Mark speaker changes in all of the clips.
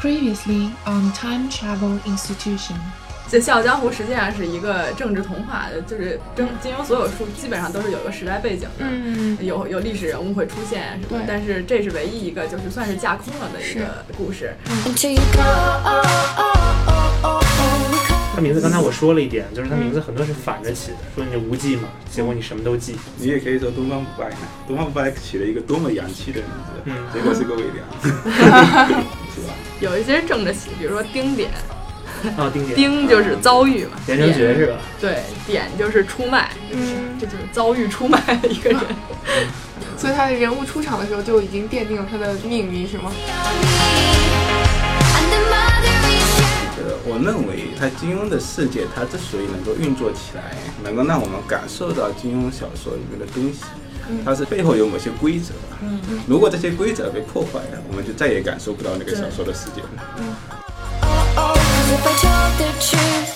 Speaker 1: Previously on Time Travel Institution，
Speaker 2: 这《笑傲江湖》实际上是一个政治童话的，就是真金庸所有书基本上都是有一个时代背景的，
Speaker 3: 嗯，
Speaker 2: 有有历史人物会出现什么的
Speaker 3: 对，
Speaker 2: 但是这是唯一一个就是算是架空了的一个故事。
Speaker 4: Until you go, oh, oh, oh, oh, oh, we call
Speaker 5: 他名字刚才我说了一点，就是他名字很多是反着起的，说你无忌嘛，结果你什么都记。
Speaker 6: 你也可以说东方不败呢，东方不败起了一个多么洋气的名字，
Speaker 5: 嗯
Speaker 6: 结果是个伪娘，是吧？
Speaker 2: 有一些政治戏，比如说丁点，
Speaker 5: 啊，丁点，
Speaker 2: 丁就是遭遇嘛，
Speaker 5: 连城诀是吧？
Speaker 2: 对，点就是出卖，就是这就是遭遇出卖的一个人。
Speaker 3: 所以他的人物出场的时候就已经奠定了他的命运，是吗？
Speaker 4: and the mother is your
Speaker 6: 呃， 我认为他金庸的世界，他之所以能够运作起来，能够让我们感受到金庸小说里面的东西，它是背后有某些规则。嗯，如果这些规则被破坏了，我们就再也感受不到那个小说的世界了。
Speaker 4: oh, oh, cause if I told the truth,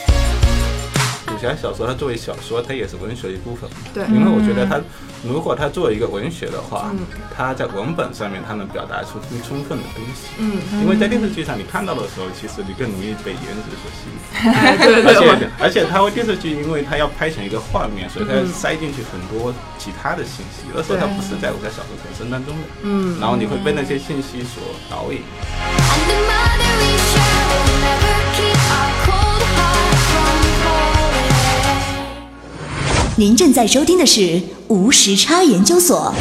Speaker 6: 武侠小说它作为小说，它也是文学一部分。
Speaker 3: 对
Speaker 6: 因为我觉得它，如果它作为一个文学的话，它在文本上面它能表达出更充分的东西。嗯，因为在电视剧上你看到的时候，其实你更容易被颜值所吸引。
Speaker 2: 哎对
Speaker 6: 而
Speaker 2: 对对，
Speaker 6: 且而且它会电视剧，因为它要拍成一个画面，所以它要塞进去很多其他的信息，有的时候它不是在我在小说本身当中的，嗯，然后你会被那些信息所导引。
Speaker 4: and the mother is your will never keep our cold heart from falling.
Speaker 7: 您正在收听的是无时差研究所。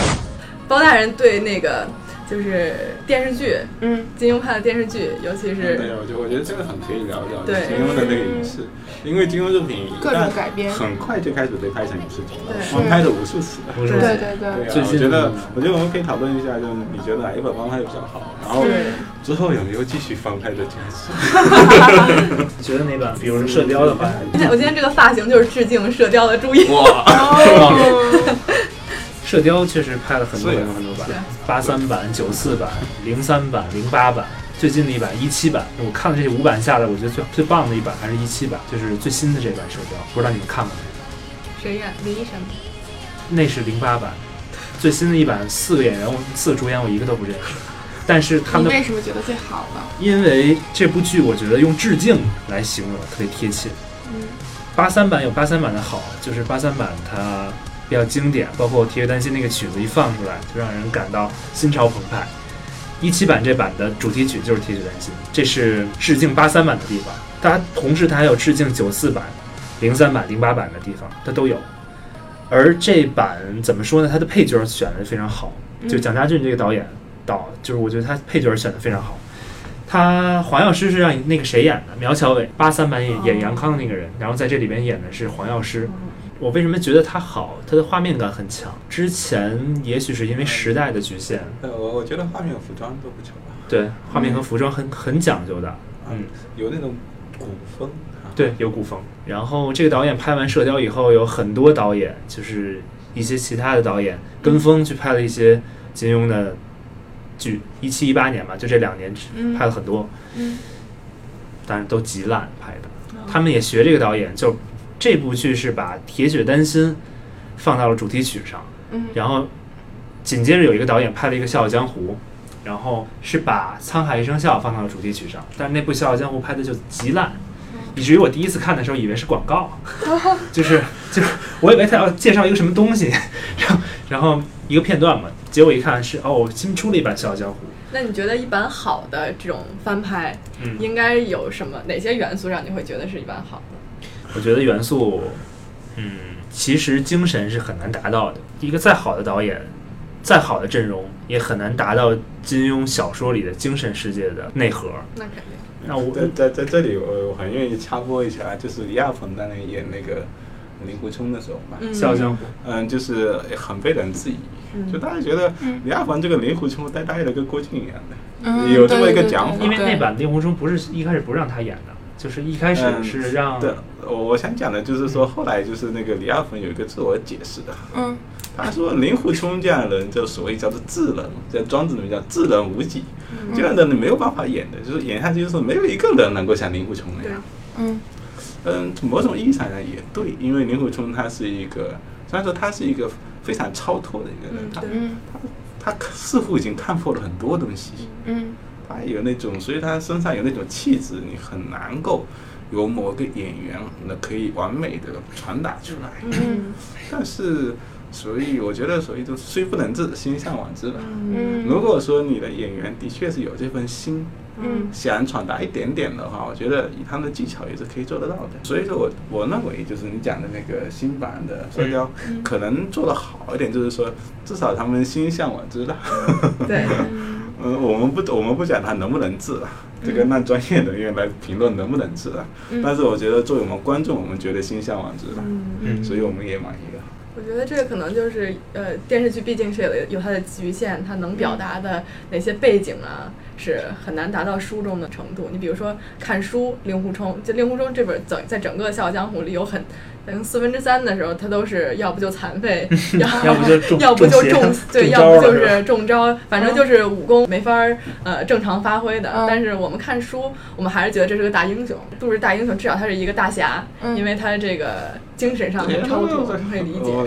Speaker 2: 包大人对那个就是电视剧，
Speaker 3: 嗯，
Speaker 2: 金庸拍的电视剧，尤其
Speaker 6: 对
Speaker 2: 是，
Speaker 6: 我觉我觉得这个很可以聊一聊
Speaker 2: 对
Speaker 6: 金庸的那个影视，因为金庸作品
Speaker 3: 各种改编
Speaker 6: 很快就开始被拍成影视剧了，
Speaker 2: 对
Speaker 6: 我们拍了无数次了。
Speaker 5: 不是
Speaker 3: 对对对，
Speaker 6: 对
Speaker 5: 最
Speaker 6: 啊，我
Speaker 5: 近
Speaker 6: 觉得，我觉得我们可以讨论一下，就是你觉得哪一本翻拍比较好？然后
Speaker 2: 对
Speaker 6: 之后有没有继续翻拍的价值？
Speaker 5: 你觉得哪版？比如说《射雕》 的话，
Speaker 2: 我今天这个发型就是致敬《射雕》的朱茵。
Speaker 5: 《射雕》确实拍了很多
Speaker 6: 是
Speaker 5: 很多很多版，八三版、九四版、零三版、零八版，最近的一版一七版。我看了这五版下来，我觉得最最棒的一版还是一七版，就是最新的这版《射雕》，不知道你们看过没？
Speaker 2: 谁演林一晨？
Speaker 5: 那是零八版，最新的一版四个演员，我四个主演我一个都不认识，但是他
Speaker 3: 你
Speaker 5: 们的
Speaker 3: 为什么觉得最好呢？
Speaker 5: 因为这部剧，我觉得用致敬来形容特别贴切。八三版有八三版的好，就是八三版它比较经典，包括《铁血丹心》那个曲子一放出来，就让人感到心潮澎湃。一七版这版的主题曲就是《铁血丹心》，这是致敬八三版的地方。它同时它还有致敬九四版、零三版、零八版的地方，它都有。而这版怎么说呢？它的配角选的非常好，就蒋家俊这个导演导，就是我觉得他配角选的非常好。他黄药师是让那个谁演的？苗侨伟，八三版演演杨康的那个人，然后在这里边演的是黄药师。我为什么觉得他好？他的画面感很强。之前也许是因为时代的局限，
Speaker 6: 呃，我我觉得画面、服装都不错啊吧，
Speaker 5: 对画面和服装很很讲究的。嗯，
Speaker 6: 有那种古风。啊
Speaker 5: 对，有古风。然后这个导演拍完《射雕》以后，有很多导演，就是一些其他的导演跟风去拍了一些金庸的剧，一七一八年吧，就这两年
Speaker 3: 嗯
Speaker 5: 拍了很多，
Speaker 3: 嗯哦
Speaker 5: 但是都极烂拍的。他们也学这个导演，就这部剧是把《铁血丹心》放到了主题曲上，
Speaker 3: 嗯
Speaker 5: 然后紧接着有一个导演拍了一个《笑傲江湖》，然后是把《沧海一声笑》放到了主题曲上，但是那部《笑傲江湖》拍的就极烂，以至于我第一次看的时候以为是广告， 就是就是我以为他要介绍一个什么东西，然后然后一个片段嘛，结果一看是哦新出了一版《笑傲江湖》，
Speaker 2: 那你觉得一版好的这种翻拍，
Speaker 5: 嗯
Speaker 2: 应该有什么哪些元素让你会觉得是一版好的？
Speaker 5: 我觉得元素，嗯，其实精神是很难达到的。一个再好的导演，再好的阵容，也很难达到金庸小说里的精神世界的内核。
Speaker 2: 那肯定，
Speaker 5: 那我
Speaker 6: 在在在这里，我我很愿意插播一下，就是李亚鹏当年演那个令狐冲的时候嘛，
Speaker 5: 《笑傲江湖》
Speaker 6: 嗯，就是很被人质疑，就大家觉得李亚鹏这个令狐冲呆呆的跟郭靖一样的，
Speaker 3: 嗯，
Speaker 6: 有这么一个讲法
Speaker 3: 对
Speaker 5: 因为那。
Speaker 3: 对对对
Speaker 5: 版令狐冲不是一开始不让他演的，就是一开始
Speaker 6: 嗯
Speaker 5: 是让、
Speaker 6: 对，我我想讲的就是说，后来就是那个李亚鹏有一个自我解释的，
Speaker 3: 嗯，
Speaker 6: 他说令狐冲这样的人，就所谓叫做智人，在庄子里面叫智人无己，
Speaker 3: 嗯
Speaker 6: 这样的你没有办法演的，就是演下去就是没有一个人能够像令狐冲那样。
Speaker 3: 嗯，
Speaker 6: 嗯，某种意义上呢也对，因为令狐冲他是一个，虽然说他是一个非常超脱的一个人，
Speaker 2: 嗯，
Speaker 6: 他
Speaker 2: 对，
Speaker 3: 嗯
Speaker 6: 他似乎已经看破了很多东西，
Speaker 3: 嗯，
Speaker 6: 他有那种，所以他身上有那种气质，你很难够由某个演员那可以完美的传达出来。
Speaker 3: 嗯
Speaker 6: 但是，所以我觉得，所以就虽不能至，心向往之吧。
Speaker 3: 嗯
Speaker 6: 如果说你的演员的确是有这份心，
Speaker 3: 嗯
Speaker 6: 想传达一点点的话，我觉得以他们的技巧也是可以做得到的。所以说我我认为就是你讲的那个新版的社交，
Speaker 2: 嗯
Speaker 6: 可能做得好一点，就是说至少他们心向往之了。
Speaker 2: 对，
Speaker 3: 嗯
Speaker 6: 呃，我们不我们不讲它能不能治啊，
Speaker 2: 嗯
Speaker 6: 这个让专业人员来评论能不能治啊。但是我觉得作为我们观众，我们觉得心向往之了，
Speaker 5: 嗯
Speaker 6: 所以我们也满意了。
Speaker 2: 我觉得这个可能就是呃，电视剧毕竟是有有它的局限，它能表达的哪些背景啊，是很难达到书中的程度。你比如说看书《令狐冲》，就《令狐冲》这本整在整个《笑傲江湖》里有很，可能四分之三的时候，他都是要不就残 废，
Speaker 5: 要不就 中
Speaker 2: 要不就
Speaker 5: 中邪
Speaker 2: 对，
Speaker 5: 中
Speaker 2: 要不
Speaker 5: 招
Speaker 2: 就
Speaker 5: 了是吧
Speaker 2: 是中招，反正就是武功没法儿呃正常发挥的。
Speaker 3: 嗯
Speaker 2: 但是我们看书，我们还是觉得这是个大英雄，杜是大英雄，至少他是一个大侠，
Speaker 3: 嗯
Speaker 2: 因为他这个精神上
Speaker 6: 对
Speaker 2: 很超脱，我们可以理解。
Speaker 6: 我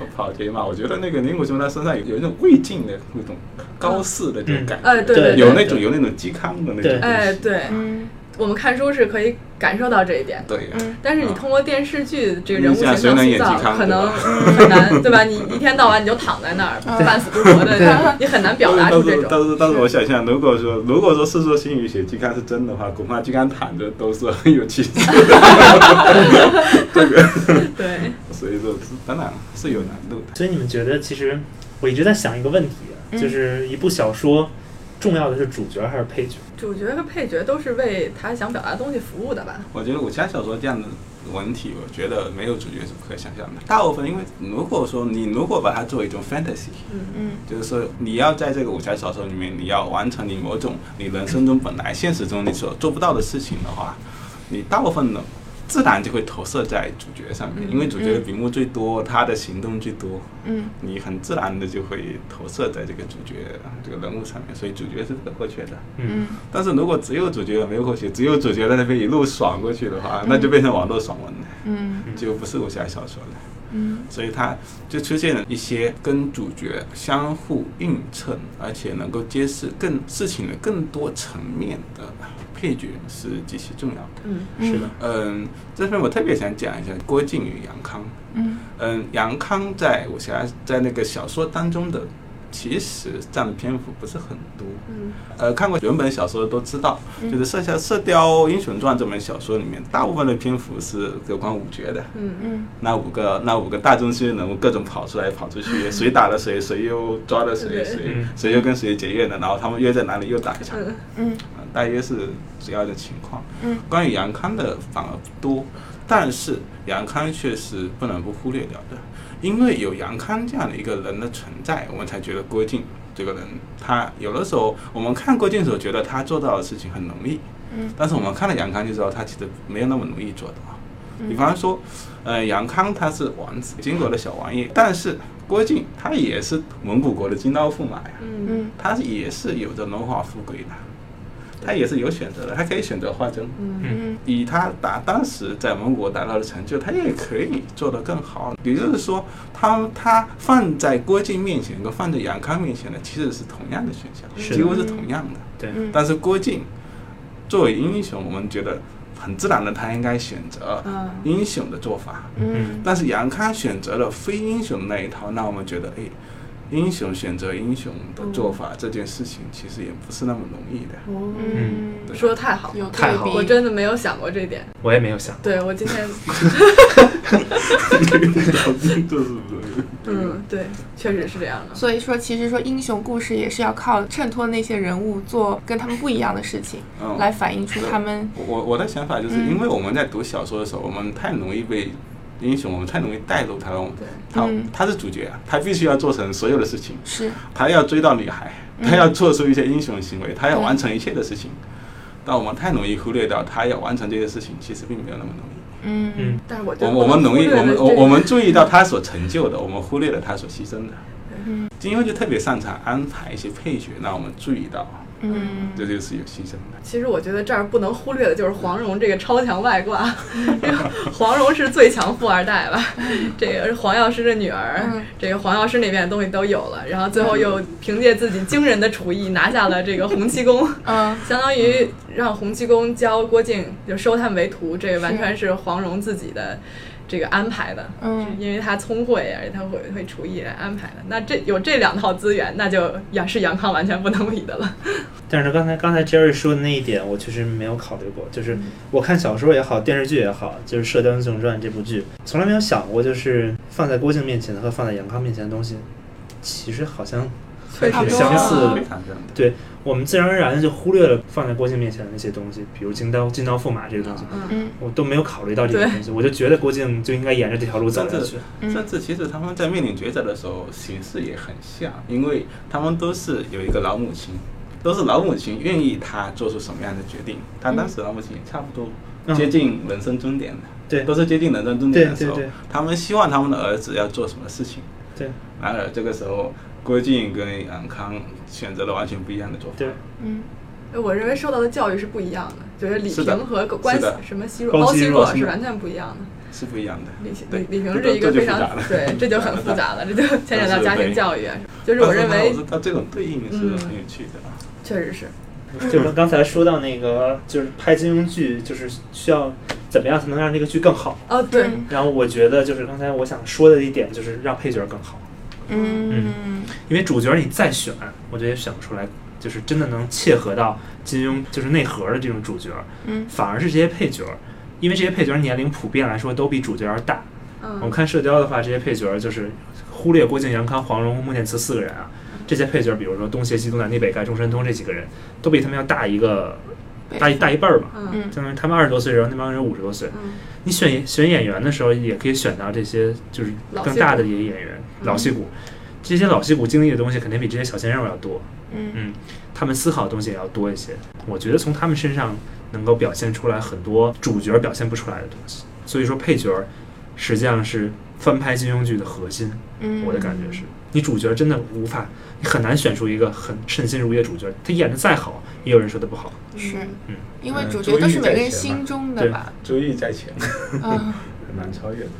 Speaker 6: 我跑题嘛，我觉得那个宁古兄他身上有有一种魏晋的那种高士的那种感觉，
Speaker 2: 嗯哎对对对
Speaker 6: 有那种有那种嵇康的那种
Speaker 5: 对
Speaker 6: 东西，
Speaker 2: 哎，对，
Speaker 3: 嗯
Speaker 2: 我们看书是可以感受到这一点的。
Speaker 6: 对呀、
Speaker 3: 嗯
Speaker 2: 但是你通过电视剧这个人物
Speaker 6: 你想
Speaker 2: 形
Speaker 6: 谁
Speaker 2: 象
Speaker 6: 能
Speaker 2: 塑
Speaker 6: 演嵇
Speaker 2: 造，
Speaker 6: 康
Speaker 2: 可能
Speaker 6: 对
Speaker 2: 很难，对吧？你一天到晚你就躺在那儿
Speaker 3: 嗯
Speaker 2: 半死不活 的，你很难表达
Speaker 6: 到
Speaker 2: 出
Speaker 6: 时
Speaker 2: 这
Speaker 6: 候
Speaker 2: 种。
Speaker 6: 到时候到时候我想象，如果说如果说《世说新语》写嵇康是真的话，恐怕嵇康躺着都是很有气质的。
Speaker 2: 对，
Speaker 6: 所以说，当然是有难度的。
Speaker 5: 所以你们觉得，其实我一直在想一个问题，啊
Speaker 3: 嗯
Speaker 5: 就是一部小说重要的是主角还是配角？
Speaker 2: 主角和配角都是为他想表达的东西服务的吧？
Speaker 6: 我觉得武侠小说这样的文体，我觉得没有主角是不可想象的。大部分，因为如果说你如果把它作为一种 fantasy，
Speaker 3: 嗯
Speaker 6: 就是说你要在这个武侠小说里面，你要完成你某种你人生中本来现实中你所做不到的事情的话，你大部分的自然就会投射在主角上面，因为主角的笔墨最多，他的行动最多，
Speaker 3: 嗯
Speaker 6: 你很自然的就会投射在这个主角这个人物上面，所以主角是不可或缺的。
Speaker 3: 嗯
Speaker 6: 但是如果只有主角没有或许，只有主角在那边一路爽过去的话，那就变成网络爽文了，
Speaker 3: 嗯
Speaker 6: 就不是武侠小说了。
Speaker 3: 嗯
Speaker 6: 所以它就出现了一些跟主角相互映衬，而且能够揭示更事情的更多层面的配角是极其重要的。
Speaker 2: 嗯，
Speaker 5: 是的，
Speaker 6: 嗯，这边我特别想讲一下郭靖与杨康。
Speaker 3: 嗯
Speaker 6: 嗯，杨康在武侠在那个小说当中的，其实占的篇幅不是很多。
Speaker 2: 嗯，
Speaker 6: 呃，看过原本小说的都知道，就是《射雕射雕英雄传》这本小说里面，大部分的篇幅是有关武绝的。
Speaker 2: 嗯，
Speaker 3: 嗯
Speaker 6: 那五个那五个大中宣人物各种跑出来跑 出去，谁打了谁，谁又抓了谁，
Speaker 2: 对
Speaker 6: 谁
Speaker 5: 嗯
Speaker 6: 谁又跟谁结怨了，然后他们约在哪里又打一场，
Speaker 2: 嗯
Speaker 3: 嗯
Speaker 6: 呃大约是这样的情况。
Speaker 3: 嗯，
Speaker 6: 关于杨康的反而不多，但是杨康却是不能不忽略掉的，因为有杨康这样的一个人的存在，我们才觉得郭靖这个人，他有的时候我们看郭靖的时候觉得他做到的事情很容易，
Speaker 3: 嗯
Speaker 6: 但是我们看了杨康就知道他其实没有那么容易做到。
Speaker 3: 嗯
Speaker 6: 比方说，呃，杨康他是王子，金国的小王爷，但是郭靖他也是蒙古国的金刀驸马呀，
Speaker 2: 嗯，
Speaker 3: 嗯
Speaker 6: 他也是有着荣华富贵的，他也是有选择的，他可以选择化筝。
Speaker 3: 嗯
Speaker 6: 以他达当时在蒙古达到的成就，他也可以做得更好。也就是说，他他放在郭靖面前跟放在杨康面前的其实是同样的选项，
Speaker 5: 是
Speaker 6: 几乎是同样的。
Speaker 5: 对，
Speaker 3: 嗯
Speaker 6: 但是郭靖作为英雄，我们觉得很自然的他应该选择
Speaker 2: 嗯
Speaker 6: 英雄的做法。
Speaker 3: 嗯
Speaker 6: 但是杨康选择了非英雄那一套，那我们觉得，哎，英雄选择英雄的做法、这件事情，其实也不是那么容易的。
Speaker 3: 嗯
Speaker 2: 说的太好了，
Speaker 3: 有对
Speaker 5: 太好
Speaker 3: 比，
Speaker 6: 嗯
Speaker 2: 我真的没有想过这一点。
Speaker 5: 我也没有想，
Speaker 2: 对我今天，
Speaker 6: 就是
Speaker 2: 嗯，对，确实是这样的。
Speaker 3: 所以说，其实说英雄故事也是要靠衬托那些人物做跟他们不一样的事情，
Speaker 6: 嗯
Speaker 3: 来反映出他们
Speaker 6: 我我我的想法就是，
Speaker 3: 嗯
Speaker 6: 因为我们在读小说的时候，我们太容易被英雄，我们太容易带入他了。我们
Speaker 2: 对
Speaker 6: 他
Speaker 3: 嗯
Speaker 6: 他是主角啊，他必须要做成所有的事情，
Speaker 3: 是
Speaker 6: 他要追到女孩，
Speaker 3: 嗯
Speaker 6: 他要做出一些英雄行为，他要
Speaker 3: 对
Speaker 6: 完成一切的事情。但我们太容易忽略掉他要完成这些事情，其实并没有那么容易。
Speaker 3: 嗯
Speaker 2: 但是我觉
Speaker 6: 我
Speaker 2: 得
Speaker 6: 们我
Speaker 2: 不
Speaker 6: 们
Speaker 2: 能
Speaker 6: 容易，
Speaker 2: 忽略
Speaker 6: 我们
Speaker 2: 了
Speaker 6: 我
Speaker 2: 这
Speaker 6: 我们注意到他所成就的，我们忽略了他所牺牲的
Speaker 3: 嗯。
Speaker 6: 金庸就特别擅长安排一些配角，让我们注意到
Speaker 3: 嗯，
Speaker 6: 这就是有新生代。
Speaker 2: 其实我觉得这儿不能忽略的就是黄蓉这个超强外挂，
Speaker 6: 嗯
Speaker 2: 这个黄蓉是最强富二代吧？这个是黄药师的女儿，
Speaker 6: 嗯
Speaker 2: 这个黄药师那边的东西都有了，然后最后又凭借自己惊人的厨艺拿下了这个洪七公，
Speaker 3: 嗯，
Speaker 2: 相当于让洪七公教郭靖，就收他们为徒，这个完全是黄蓉自己的。这个安排的，
Speaker 3: 嗯
Speaker 2: 是因为他聪慧，而且他会会厨艺来安排的。那这有这两套资源，那就杨是杨康完全不能比的了。
Speaker 5: 但是刚才刚才 Jerry 说的那一点，我确实没有考虑过。就是我看小说也好，电视剧也好，就是《射雕英雄传》这部剧，从来没有想过，就是放在郭靖面前的和放在杨康面前的东西，其实好像
Speaker 2: 确
Speaker 3: 差不
Speaker 5: 挺
Speaker 3: 多
Speaker 5: 相似的
Speaker 3: 啊
Speaker 6: 非。常这样的。
Speaker 5: 对我们自然而然的就忽略了放在郭靖面前的那些东西，比如金刀、金刀驸马这个东西，
Speaker 3: 嗯
Speaker 5: 我都没有考虑到这个
Speaker 2: 对
Speaker 5: 东西，我就觉得郭靖就应该沿着这条路走
Speaker 6: 甚
Speaker 5: 下
Speaker 6: 至
Speaker 5: 去。
Speaker 6: 甚至其实他们在面临抉择的时候，形式也很像，因为他们都是有一个老母亲，都是老母亲愿意他做出什么样的决定。他当时老母亲也差不多接近人生终点了，
Speaker 5: 对
Speaker 6: 都是接近人生终点的时候
Speaker 5: 对对对，
Speaker 6: 他们希望他们的儿子要做什么事情。
Speaker 5: 对
Speaker 6: 然而这个时候，郭靖跟杨康选择了完全不一样的做法。
Speaker 5: 对，
Speaker 3: 嗯
Speaker 2: 哎我认为受到的教育是不一样的，就是李
Speaker 6: 是的
Speaker 2: 平和关
Speaker 6: 是的
Speaker 2: 什么西
Speaker 5: 包
Speaker 2: 包
Speaker 5: 西
Speaker 2: 西
Speaker 5: 若
Speaker 2: 若
Speaker 5: 是
Speaker 2: 是
Speaker 5: 的
Speaker 2: 完全不一样的。
Speaker 6: 是不一样的。
Speaker 2: 李平
Speaker 6: 对
Speaker 2: 李李平
Speaker 6: 这
Speaker 2: 是一个
Speaker 6: 这就
Speaker 2: 非
Speaker 6: 复杂
Speaker 2: 常
Speaker 6: 了
Speaker 2: 对，这就很复杂了，这 就牵扯到家庭教育啊。就
Speaker 6: 但
Speaker 2: 是
Speaker 6: 是
Speaker 2: 我认为
Speaker 6: 他他这种对应是很有趣的。啊
Speaker 2: 确实是，
Speaker 5: 就跟刚才说到那个，就是拍金庸剧，就是需要怎么样才能让这个剧更好。
Speaker 2: 哦对，
Speaker 3: 嗯
Speaker 5: 然后我觉得就是刚才我想说的一点，就是让配角更好，
Speaker 3: 嗯
Speaker 5: 因为主角你再选，我觉得也选不出来，就是真的能切合到金庸就是内核的这种主角，
Speaker 3: 嗯
Speaker 5: 反而是这些配角，因为这些配角年龄普遍来说都比主角要大。我们
Speaker 2: 嗯，
Speaker 5: 看《射雕》的话，这些配角就是忽略郭靖、杨康、黄蓉、穆念慈四个人啊，这些配角，比如说东邪西毒南帝北丐中山通这几个人，都比他们要大一个大一大一辈儿吧。
Speaker 2: 嗯
Speaker 3: 嗯
Speaker 5: 相当于他们二十多岁，然后那帮人五十多岁。
Speaker 2: 嗯
Speaker 5: 你选演选演员的时候，也可以选到这些就是更大的演员
Speaker 2: 老戏骨
Speaker 5: 老戏骨。这些老戏骨经历的东西肯定比这些小鲜肉要多，
Speaker 3: 嗯
Speaker 5: 嗯，他们思考的东西也要多一些。我觉得从他们身上能够表现出来很多主角表现不出来的东西。所以说，配角实际上是翻拍金庸剧的核心。
Speaker 3: 嗯，
Speaker 5: 我的感觉是，你主角真的无法，你很难选出一个很称心如意的主角。他演的再好，也有人说他不好。
Speaker 3: 是
Speaker 5: 嗯，
Speaker 3: 因为
Speaker 6: 嗯
Speaker 3: 主
Speaker 6: 朱
Speaker 3: 角都
Speaker 6: 玉
Speaker 3: 是每
Speaker 6: 在
Speaker 3: 个人
Speaker 6: 前嘛
Speaker 3: 心中的
Speaker 5: 对
Speaker 3: 吧，
Speaker 6: 朱意在前，
Speaker 3: 嗯。
Speaker 6: 很难超越的。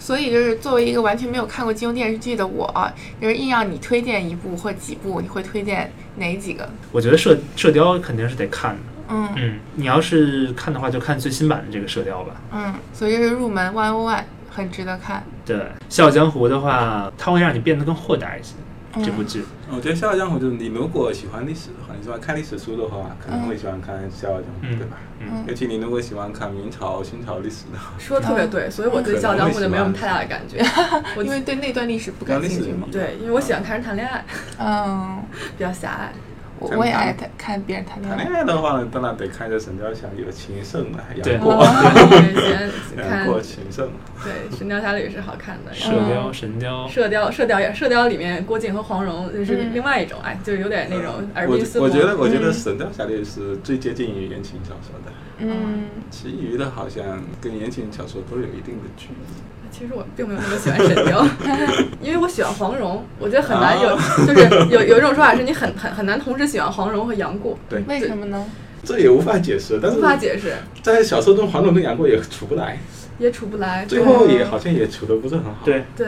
Speaker 3: 所以就是作为一个完全没有看过金庸电视剧的我啊，就是硬要你推荐一部或几部，你会推荐哪几个？
Speaker 5: 我觉得射射雕肯定是得看的。
Speaker 3: 嗯
Speaker 5: 嗯，你要是看的话，就看最新版的这个《射雕》吧。
Speaker 3: 嗯，所以就是入门 One o One 很值得看。
Speaker 5: 对，《笑傲江湖》的话，它会让你变得更豁达一些。这部剧，
Speaker 6: 我觉得《笑傲江湖》就是你如果喜欢历史的话，你喜欢看历史书的话，可能会喜欢看《笑傲江湖》，
Speaker 5: 嗯
Speaker 6: 对吧？
Speaker 5: 嗯
Speaker 6: 尤其你如果喜欢看明朝、清朝历史的话，
Speaker 2: 说的特别对，所以我对《笑傲江湖》就没有什么太大的感 觉，我
Speaker 3: 因为对那段历史不
Speaker 6: 看
Speaker 3: 感
Speaker 6: 历
Speaker 3: 兴
Speaker 6: 史
Speaker 3: 趣
Speaker 6: 有
Speaker 3: 嘛。
Speaker 6: 意义
Speaker 2: 对，因为我喜欢看人谈恋爱，
Speaker 3: 嗯，
Speaker 2: 比较狭隘。
Speaker 3: 我
Speaker 6: 谈
Speaker 3: 我也
Speaker 6: 谈
Speaker 3: 爱看看别人谈
Speaker 2: 嗯
Speaker 3: 恋
Speaker 6: 谈恋
Speaker 3: 爱。
Speaker 6: 爱的话，当然得看着《神雕侠侣》有情圣啊，
Speaker 5: 对
Speaker 6: 杨
Speaker 2: 我
Speaker 6: 过，
Speaker 2: 以 前
Speaker 6: 杨
Speaker 2: 看
Speaker 6: 过情圣，
Speaker 2: 对《神雕侠侣》是好看的，
Speaker 5: 射雕》《神雕》
Speaker 2: 射雕，射雕也，射雕里面郭靖和黄蓉就是另外一种，哎，就是有点那种耳
Speaker 6: 嗯我
Speaker 2: 鬓厮磨。
Speaker 6: 我觉得，我觉得
Speaker 2: 嗯
Speaker 6: 《神雕侠侣》是最接近于言情小说的，
Speaker 3: 嗯，
Speaker 6: 其余的好像跟言情小说都有一定的距离。
Speaker 2: 其实我并没有那么喜欢神雕， 因为我喜欢黄蓉，我觉得很难有，
Speaker 6: 啊
Speaker 2: 就是有有一种说法是你很很很难同时喜欢黄蓉和杨过，
Speaker 6: 对，
Speaker 3: 嗯为什么呢？
Speaker 6: 这也无法解释，但
Speaker 2: 无法
Speaker 6: 是
Speaker 2: 解释，
Speaker 6: 在小说中，黄蓉跟杨过也处不来，
Speaker 2: 也处不来。
Speaker 6: 最后也好像也处的不是很好。
Speaker 5: 对，
Speaker 2: 对，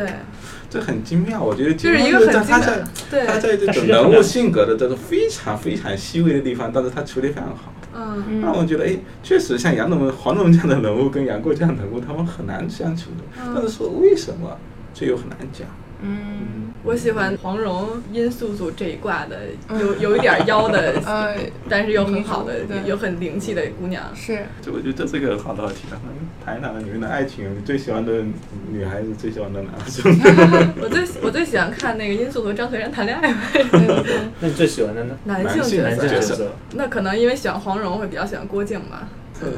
Speaker 6: 这很精妙，我觉得
Speaker 2: 就是
Speaker 6: 金庸
Speaker 2: 一个
Speaker 6: 在
Speaker 2: 很精
Speaker 6: 他在
Speaker 2: 的，对，
Speaker 6: 他在这种人物性格的这种非常非常细微的地方，但是他处理非常好。
Speaker 2: 嗯
Speaker 3: 嗯
Speaker 6: 让我觉得，哎，确实像杨蓉、黄蓉这样的人物跟杨过这样的人物，他们很难相处的。但是说为什么，这又很难讲。
Speaker 3: 嗯，
Speaker 2: 我喜欢黄蓉、殷素素这一挂的，有有一点妖 的，
Speaker 3: 呃，
Speaker 2: 但是又很好的
Speaker 3: 女主对，
Speaker 2: 又很嗯灵气的姑娘。
Speaker 3: 是
Speaker 6: 就我觉得这是一个很好的话题啊了。谈一谈你们的爱情，最喜欢的女孩子，最喜欢的男 生。
Speaker 2: 我最我最喜欢看那个殷素素和张全山谈恋爱吧，
Speaker 5: 那你最喜欢的呢？
Speaker 2: 男性
Speaker 6: 男性
Speaker 2: 角
Speaker 5: 男
Speaker 2: 色
Speaker 5: 性角
Speaker 6: 角
Speaker 5: 色
Speaker 6: 色，
Speaker 2: 那可能因为喜欢黄蓉，会比较喜欢郭靖吧。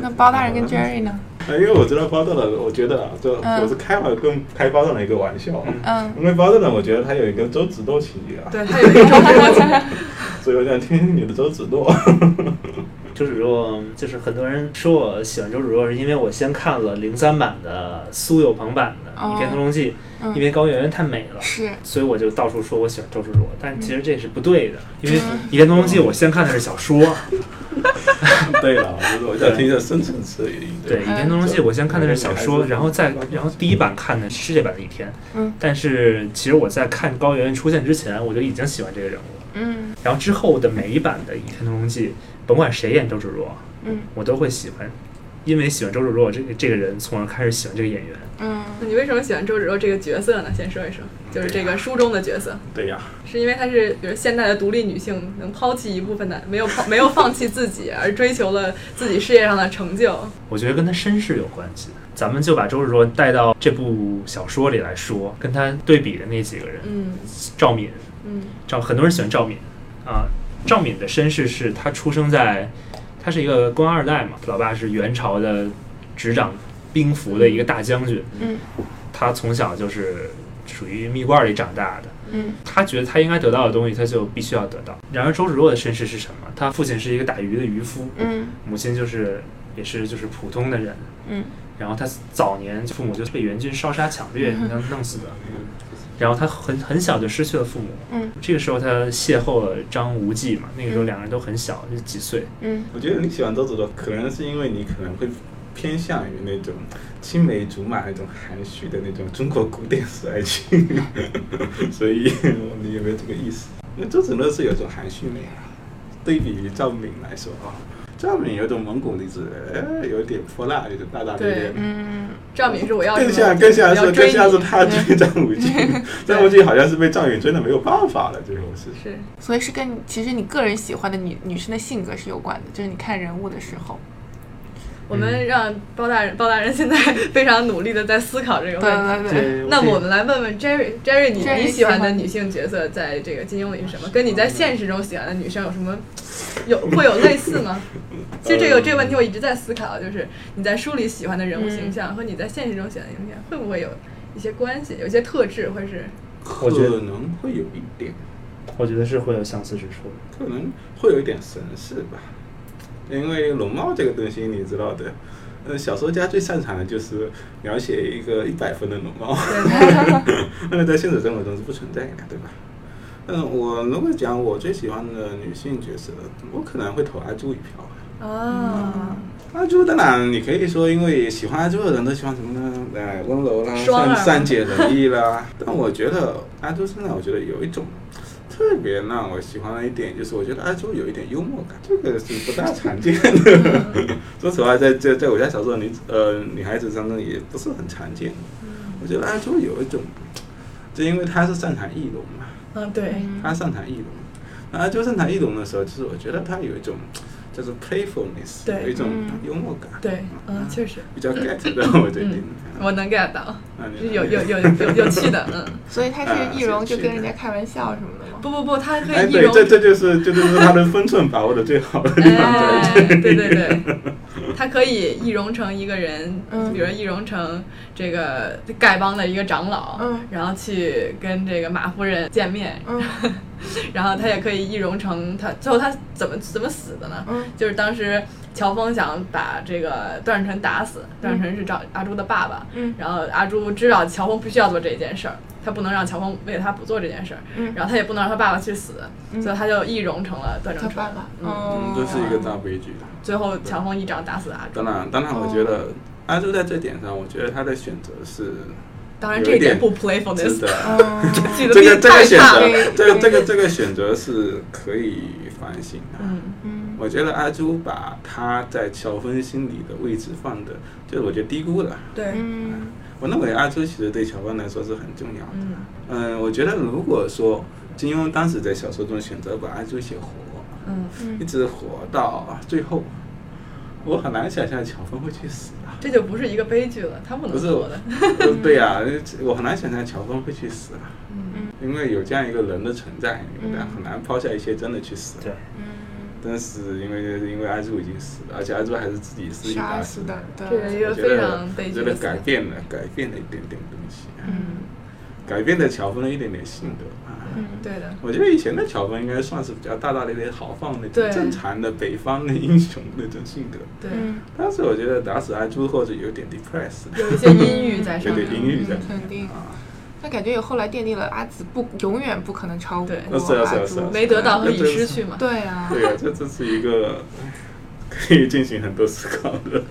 Speaker 3: 那包大人跟 Jerry 呢？
Speaker 6: 呃因为我知道包大人，我觉得啊，这
Speaker 3: 嗯
Speaker 6: 我是开了跟开包大人一个玩笑。啊
Speaker 3: 嗯
Speaker 6: 因为包大人，我觉得他有一个周芷
Speaker 2: 嗯
Speaker 6: 若情节啊，
Speaker 2: 对，他有一个周
Speaker 6: 所以我想听听你的周芷若。
Speaker 5: 周芷若就是很多人说我喜欢周芷若，是因为我先看了零三版的苏有朋版的
Speaker 3: 哦
Speaker 5: 《倚天屠龙记》
Speaker 3: 嗯
Speaker 5: 因为高圆圆太美了。
Speaker 3: 是嗯
Speaker 5: 所以我就到处说我喜欢周芷若，但其实这是不对的，因为《倚天屠龙记》我先看的是小说，
Speaker 3: 嗯
Speaker 6: 对了，我 我想听一下深层次的原因。
Speaker 5: 对，《倚天屠龙记》我先看的是小说，然后再然后第一版看的是世界版的《倚天》，
Speaker 3: 嗯，
Speaker 5: 但是其实我在看高圆圆出现之前，我就已经喜欢这个人物了。
Speaker 3: 嗯
Speaker 5: 然后之后的每一版的《倚天屠龙记》，甭管谁演周芷若，
Speaker 3: 嗯
Speaker 5: 我都会喜欢，因为喜欢周芷若这个这个人，从而开始喜欢这个演员。
Speaker 3: 嗯
Speaker 2: 那你为什么喜欢周芷若这个角色呢？先说一说，就是这个书中的角色，
Speaker 6: 对呀、
Speaker 2: 是因为她是比如现代的独立女性，能抛弃一部分的，没有抛没有放弃自己，而追求了自己事业上的成就。
Speaker 5: 我觉得跟他身世有关系。咱们就把周芷若带到这部小说里来说，跟他对比的那几个人，
Speaker 2: 嗯
Speaker 5: 赵敏，
Speaker 2: 嗯
Speaker 5: 赵很多人喜欢赵敏啊。赵敏的身世是她出生在，她是一个官二代嘛，老爸是元朝的执掌兵符的一个大将军，
Speaker 3: 嗯
Speaker 5: 她从小就是属于蜜罐里长大的。
Speaker 3: 嗯
Speaker 5: 他觉得他应该得到的东西，他就必须要得到。然而周芷若的身世是什么？他父亲是一个打鱼的渔夫，
Speaker 3: 嗯
Speaker 5: 母亲就是也是就是普通的人。
Speaker 3: 嗯
Speaker 5: 然后他早年父母就被元军烧杀抢掠，
Speaker 3: 嗯
Speaker 5: 然后弄死的。然后他很很小就失去了父母。
Speaker 3: 嗯，
Speaker 5: 这个时候他邂逅了张无忌嘛，那个时候两个人都很小，就几岁。
Speaker 3: 嗯
Speaker 6: 我觉得你喜欢周芷若，可能是因为你可能会偏向于那种青梅竹马那种含蓄的那种中国古典式爱情， 所以你有没有这个意思？因为周芷若是有一种含蓄美啊，对比于赵敏来说啊，赵敏有种蒙古女子，哎有点泼辣，有点大大咧咧
Speaker 2: 对。
Speaker 3: 嗯
Speaker 2: 赵敏是我要什
Speaker 6: 更
Speaker 2: 么
Speaker 6: 像更像
Speaker 2: 我要
Speaker 6: 是
Speaker 2: 追
Speaker 6: 更
Speaker 2: 你
Speaker 6: 像是他追张无忌，张无忌好像是被赵敏追的没有办法了，最后是。
Speaker 2: 是
Speaker 3: 所以是跟你其实你个人喜欢的女女生的性格是有关的，就是你看人物的时候，
Speaker 2: 我们
Speaker 6: 嗯
Speaker 2: 让包大人，包大人现在 非常努力的在思考这个
Speaker 3: 对
Speaker 2: 问题。
Speaker 3: 对对，
Speaker 2: 那么我们来问问 Jerry，Jerry，你
Speaker 3: Jerry
Speaker 2: 你喜欢的
Speaker 3: 喜欢
Speaker 2: 女性角色在这个金庸里是什么？跟你
Speaker 6: 嗯
Speaker 2: 在现实中喜欢的女生有什么有会有类似 吗？其实这
Speaker 6: 呃
Speaker 2: 个这个问题我一直在思考，就是你在书里喜欢的人
Speaker 3: 嗯
Speaker 2: 物形象和你在现实中喜欢的形象会不会有一些关系，有一些特质，或是
Speaker 5: 我觉得
Speaker 6: 可能会有一点，
Speaker 5: 我觉得是会有相似之处的。
Speaker 6: 可能会有一点神似吧，因为容貌这个东西你知道的，呃，小说家最擅长的就是描写一个一百分的容貌， 那个在现实生活中是不存在的，对吧？嗯，我如果讲我最喜欢的女性角色，我可能会投阿朱一票。
Speaker 3: 哦
Speaker 2: 啊，
Speaker 6: 阿朱当然，你可以说，因为喜欢阿朱的人都喜欢什么呢？呃，温柔啦，
Speaker 2: 双儿
Speaker 6: 善善解人意啦。 但我觉得阿朱身上，我觉得有一种特别让我喜欢的一点，就是我觉得阿朱有一点幽默感，这个是不大常见的。
Speaker 2: 嗯
Speaker 6: 说实话，在在在我家小时候，女呃女孩子当中也不是很常见。我觉得阿朱有一种，就因为她是擅长易容嘛，
Speaker 2: 嗯，对，
Speaker 6: 他擅长易容，然后就擅长易容的时候，就是我觉得他有一种叫做 playfulness，
Speaker 2: 对
Speaker 6: 有一种
Speaker 3: 嗯
Speaker 6: 幽默感，
Speaker 2: 对，嗯，确实，
Speaker 6: 比较 get 的，我觉得。
Speaker 2: 嗯，我能 get 到，
Speaker 6: 那你
Speaker 2: 是有有有有有趣的，嗯。
Speaker 3: 所以她
Speaker 6: 啊
Speaker 3: 是易容就是跟人
Speaker 6: 的
Speaker 3: 家开玩笑什么的吗？
Speaker 2: 不不不，他可
Speaker 6: 哎，
Speaker 2: 以易
Speaker 6: 对，
Speaker 2: 容。
Speaker 6: 这这就是这就是他的分寸把握的最好的地方在
Speaker 2: 哎，对对对，他可以易容成一个人，
Speaker 3: 嗯
Speaker 2: 比如易容成这个丐帮的一个长老，
Speaker 3: 嗯
Speaker 2: 然后去跟这个马夫人见面，
Speaker 3: 嗯
Speaker 2: 然后他也可以易容成他最后他怎么怎么死的呢？
Speaker 3: 嗯
Speaker 2: 就是当时乔峰想把这个段世臣打死，段世臣是赵阿朱的爸爸，
Speaker 3: 嗯
Speaker 2: 然后阿朱知道乔峰必须要做这件事儿，他不能让乔峰为了他不做这件事儿，
Speaker 3: 嗯
Speaker 2: 然后他也不能让他爸爸去死，所以他就易容成了段
Speaker 3: 他
Speaker 2: 正淳
Speaker 3: 爸，爸，
Speaker 6: 嗯
Speaker 3: 哦，
Speaker 6: 这是一个大悲剧了。
Speaker 2: 最后乔峰一掌打死阿朱
Speaker 6: 当。然，当然，我觉
Speaker 2: 哦
Speaker 6: 得阿朱在这点上，我觉得他的选择是
Speaker 2: 当然这一点不 playfulness，
Speaker 6: 值得。啊
Speaker 3: 哦
Speaker 2: 举的
Speaker 6: 这
Speaker 2: 例
Speaker 6: 个
Speaker 2: 子
Speaker 6: 这个
Speaker 2: 太
Speaker 6: 选
Speaker 2: 差了。
Speaker 6: 择，这个这个这个选择是可以反省的。
Speaker 2: 嗯，
Speaker 3: 嗯
Speaker 6: 我觉得阿朱把他在乔峰心里的位置放的，就是我觉得低估了。
Speaker 2: 对，
Speaker 3: 嗯
Speaker 6: 我认为阿朱其实对乔峰来说是很重要的。
Speaker 2: 嗯
Speaker 6: 嗯，我觉得如果说金庸当时在小说中选择把阿朱写活，
Speaker 2: 嗯，
Speaker 6: 一
Speaker 3: 嗯，
Speaker 6: 直活到最后，我很难想象乔峰会去死啊。
Speaker 2: 这就不是一个悲剧了，他不能
Speaker 6: 不
Speaker 2: 嗯
Speaker 6: 是
Speaker 2: 做的。
Speaker 6: 呃对呀、我很难想象乔峰会去死啊。
Speaker 2: 嗯
Speaker 6: 因为有这样一个人的存在，你们
Speaker 3: 嗯
Speaker 6: 很难抛下一些真的去死。
Speaker 5: 对，
Speaker 6: 但是因为因为阿朱已经死了，而且阿朱还是自己自己
Speaker 3: 杀
Speaker 6: 打
Speaker 3: 死
Speaker 6: 死
Speaker 3: 的，
Speaker 2: 这个
Speaker 3: 对，
Speaker 2: 一个
Speaker 6: 我觉得
Speaker 2: 非常悲剧的
Speaker 6: 我觉得
Speaker 2: 死
Speaker 6: 改变了，改变了一点点东西。
Speaker 3: 嗯
Speaker 6: 啊改变了乔峰的一点点性格啊。
Speaker 2: 对的，
Speaker 6: 我觉得以前的乔峰应该算是比较大大咧咧、豪放那
Speaker 2: 对
Speaker 6: 种正常的北方的英雄那种性格，
Speaker 2: 对，
Speaker 3: 嗯，
Speaker 6: 但是我觉得打死阿朱后者有点 depressed，
Speaker 2: 有一些阴郁在
Speaker 6: 有
Speaker 2: 上
Speaker 6: 点阴
Speaker 2: 面。
Speaker 6: 郁在。
Speaker 3: 肯定
Speaker 6: 啊。
Speaker 3: 那感觉也后来奠定了阿紫不永远不可能超过
Speaker 2: 对
Speaker 3: 阿
Speaker 6: 是啊是啊是
Speaker 3: 朱
Speaker 6: 啊。
Speaker 2: 没得到和已失去嘛，
Speaker 3: 对啊，
Speaker 6: 对啊，这这是一个可以进行很多思考的
Speaker 2: 对，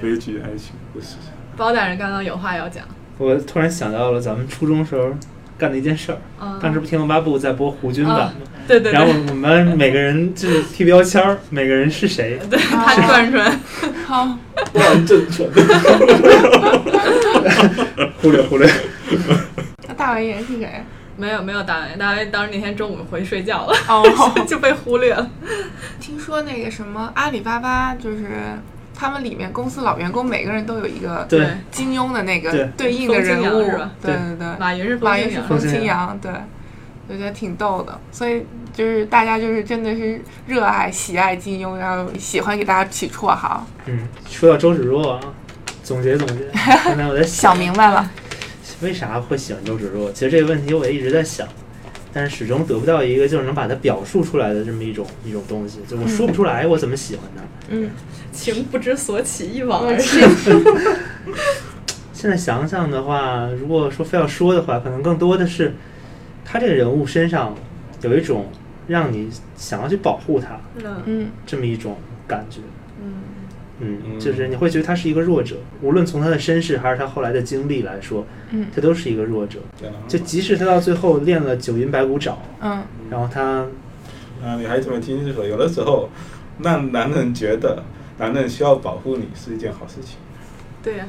Speaker 6: 悲剧爱情故事。
Speaker 2: 包大人刚刚有话要讲，
Speaker 5: 我突然想到了咱们初中时候干的一件事儿，
Speaker 3: 啊
Speaker 2: 嗯，
Speaker 5: 当时不《天龙八部》在播胡军版吗？
Speaker 2: 对对
Speaker 5: 然后
Speaker 2: 对，
Speaker 5: 我们每个人就是贴标签儿，每个人是谁，
Speaker 2: 对 他转转，
Speaker 3: 好，
Speaker 5: 很正确。 忽略 忽略，
Speaker 3: 那大文言是谁？
Speaker 2: 没有没有大卫，大卫当时那天中午回去睡觉了，
Speaker 3: 哦，
Speaker 2: 就被忽略了。
Speaker 3: 听说那个什么阿里巴巴，就是他们里面公司老员工每个人都有一个
Speaker 5: 对
Speaker 2: 对
Speaker 3: 金庸的那
Speaker 5: 对
Speaker 3: 个对应的人
Speaker 2: 风清扬
Speaker 3: 物
Speaker 2: 是吧，
Speaker 3: 对
Speaker 5: 对
Speaker 3: 对对，
Speaker 2: 马云是风啊
Speaker 3: 马云
Speaker 2: 清
Speaker 3: 是
Speaker 2: 扬，
Speaker 3: 风
Speaker 5: 清
Speaker 3: 清
Speaker 5: 扬
Speaker 3: 扬，对，我觉得挺逗的。所以就是大家就是真的是热爱喜爱金庸，然后喜欢给大家起绰号，
Speaker 5: 嗯，说到周芷若啊，总结总 结，刚才我在
Speaker 3: 想
Speaker 5: 想，
Speaker 3: 明白了，
Speaker 5: 为啥会喜欢周芷若？其实这个问题我也一直在想，但是始终得不到一个就是能把它表述出来的这么一种一种东西，就我说不出来我怎么喜欢她。
Speaker 3: 嗯，
Speaker 2: 情不知所起，一往而深。
Speaker 5: 现在想想的话，如果说非要说的话，可能更多的是他这个人物身上有一种让你想要去保护他
Speaker 2: 嗯
Speaker 3: 嗯
Speaker 5: 这么一种感觉。
Speaker 2: 嗯，
Speaker 5: 嗯，
Speaker 6: 嗯
Speaker 5: 就是你会觉得他是一个弱者，无论从他的身世还是他后来的经历来说，
Speaker 3: 嗯
Speaker 5: 他都是一个弱者。就即使他到最后练了九阴白骨爪，
Speaker 3: 嗯，
Speaker 5: 然后他
Speaker 6: 啊，女孩子们听清楚，有的时候让男人觉得男人需要保护你是一件好事情，
Speaker 2: 对呀，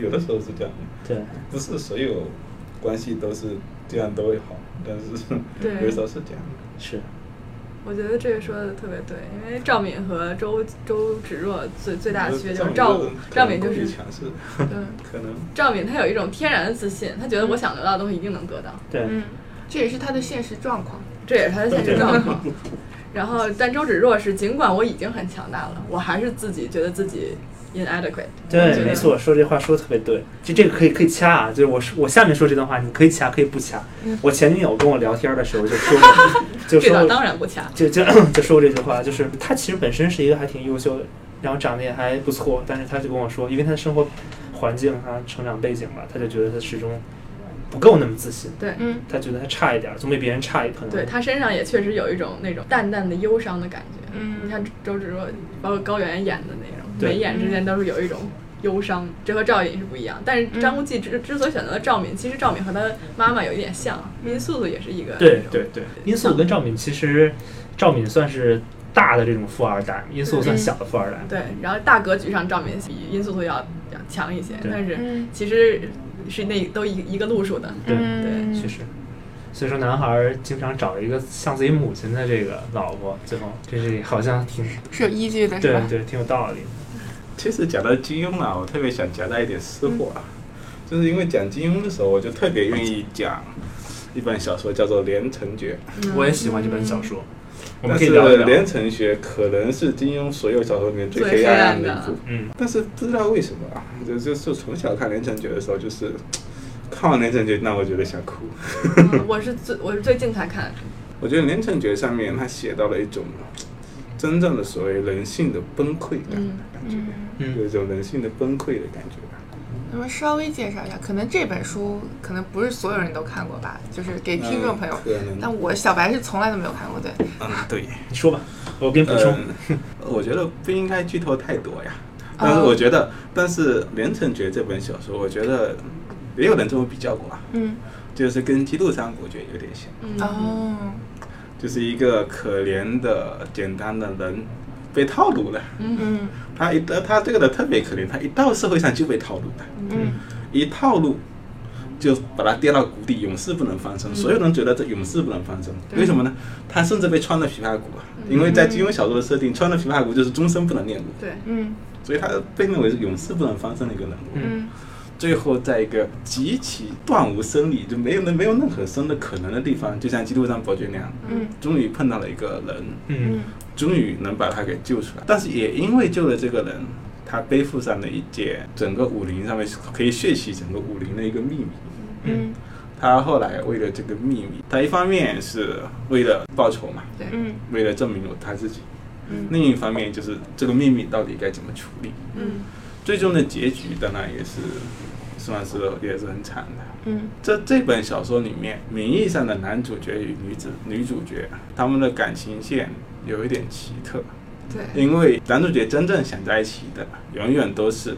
Speaker 6: 有的时候是这样的。
Speaker 5: 对
Speaker 6: 不是所有关系都是这样都会好，但是
Speaker 2: 对
Speaker 6: 有时候是这样的。
Speaker 5: 是
Speaker 2: 我觉得这个说的特别对，因为赵敏和周周芷若最最大的区别就是赵
Speaker 6: 赵
Speaker 2: 赵敏就是
Speaker 6: 强势，
Speaker 2: 嗯
Speaker 6: 可能
Speaker 2: 赵敏，她有一种天然的自信，她觉得我想得到的东西一定能得到，
Speaker 5: 对，
Speaker 3: 嗯，这也是他的现实状况，
Speaker 2: 这也是她的现实状况。 然后，但周芷若是尽管我已经很强大了，我还是自己觉得自 己 inadequate。我觉
Speaker 5: 对，
Speaker 2: 得
Speaker 5: 没错，说这话说的特别对，就这个可以可以掐啊，就是我说我下面说这段话，你可以掐，可以不掐。我前女友跟我聊天的时候就 说过，就
Speaker 2: 嗯这
Speaker 5: 说
Speaker 2: 倒
Speaker 5: 过
Speaker 2: 当然不掐。
Speaker 5: 就就就说过这句话，就是她其实本身是一个还挺优秀的，然后长得也还不错，但是她就跟我说，因为她的生活环境啊、成长背景吧，她就觉得她始终不够那么自信，
Speaker 2: 对，
Speaker 3: 嗯
Speaker 5: 她觉得她差一点，总比别人差一可能。
Speaker 2: 对她身上也确实有一种那种淡淡的忧伤的感觉。
Speaker 3: 嗯
Speaker 2: 你看周芷若，包括高圆圆演的那种，
Speaker 5: 对
Speaker 2: 眉眼之
Speaker 3: 嗯
Speaker 2: 间都是有一种忧伤，这和赵敏是不一样。但是张无忌之之所以选择了赵敏，其实赵敏和她妈妈有一点像，殷素素也是一个
Speaker 5: 对
Speaker 2: 那种
Speaker 5: 对对，殷素跟赵敏其实赵敏算是大的这种富二代，殷
Speaker 3: 嗯
Speaker 5: 素算小的富二代。
Speaker 2: 对，然后大格局上赵敏比殷素素要要强一些，
Speaker 5: 对
Speaker 2: 但是
Speaker 3: 嗯
Speaker 2: 其实是那都一一个路数的。
Speaker 5: 对
Speaker 3: 嗯
Speaker 5: 确实。所以说，男孩儿经常找一个像自己母亲的这个老婆，最后这是好像挺
Speaker 3: 是有依据的，是
Speaker 5: 对
Speaker 3: 吧？
Speaker 5: 对，挺有道理的。
Speaker 6: 其实讲到金庸啊，我特别想夹带一点私货啊，就是因为讲金庸的时候，我就特别愿意讲一本小说叫做《连城诀》，
Speaker 5: 我也喜欢这本小说，我们
Speaker 6: 但
Speaker 5: 可以
Speaker 6: 是
Speaker 5: 聊一
Speaker 6: 《连
Speaker 5: 聊。
Speaker 6: 城诀》可能是金庸所有小说里面最
Speaker 2: 最
Speaker 6: 黑
Speaker 2: 黑
Speaker 6: 暗
Speaker 2: 暗
Speaker 6: 的
Speaker 2: 的
Speaker 6: 一部，
Speaker 5: 嗯，
Speaker 6: 但是不知道为什么啊，就就就从小看《连城诀》的时候，就是看完《连城诀》，让我觉得想哭。
Speaker 2: 嗯 我是最我是最近才看，
Speaker 6: 我觉得《连城诀》上面他写到了一种真正的所谓人性的崩溃感，
Speaker 2: 嗯
Speaker 6: 感觉、
Speaker 5: 嗯
Speaker 6: 有一种人性的崩溃的感觉吧。
Speaker 3: 那么稍微介绍一下，可能这本书可能不是所有人都看过吧，就是给听众朋友。
Speaker 6: 可能
Speaker 3: 但我小白是从来都没有看过，对，
Speaker 6: 嗯，对，
Speaker 5: 你说吧，我给你补充。
Speaker 6: 嗯 我觉得不应该剧透太多呀。
Speaker 3: 哦
Speaker 6: 但是我觉得，但是《连城诀》这本小说，我觉得也有人这么比较过啊，
Speaker 3: 嗯，
Speaker 6: 就是跟《基督山伯爵》有点像，
Speaker 2: 嗯，
Speaker 3: 哦，
Speaker 6: 就是一个可怜的、简单的人被套路了。
Speaker 3: 嗯
Speaker 6: 他一他这个人特别可怜，他一到社会上就被套路了。
Speaker 3: 嗯
Speaker 6: 一套路就把他跌到谷底，永世不能翻
Speaker 3: 嗯
Speaker 6: 身。所有人觉得这永世不能翻身，为什么呢？他甚至被穿了琵琶骨啊，
Speaker 3: 嗯
Speaker 6: 因为在金庸小说的设定，穿了琵琶骨就是终身不能练武，
Speaker 2: 对，
Speaker 3: 嗯
Speaker 6: 所以他被认为是永世不能翻身的一个人物。
Speaker 5: 嗯
Speaker 3: 嗯
Speaker 6: 最后在一个极其断无生理，就没有没有任何生的可能的地方，就像《基督山伯爵》那样，
Speaker 3: 嗯
Speaker 6: 终于碰到了一个人，
Speaker 5: 嗯
Speaker 3: 嗯
Speaker 6: 终于能把他给救出来。但是也因为救了这个人，他背负上了一件整个武林上面可以血洗整个武林的一个秘密。
Speaker 3: 嗯
Speaker 6: 他后来为了这个秘密，他一方面是为了报仇嘛，
Speaker 2: 对
Speaker 3: 嗯
Speaker 6: 为了证明了他自己
Speaker 3: 嗯；
Speaker 6: 另一方面就是这个秘密到底该怎么处理。
Speaker 3: 嗯
Speaker 6: 最终的结局当然也是，算是也是很惨的。
Speaker 3: 嗯
Speaker 6: 这这本小说里面，名义上的男主角与女子女主角，他们的感情线有一点奇特，
Speaker 2: 对，
Speaker 6: 因为男主角真正想在一起的，永远都是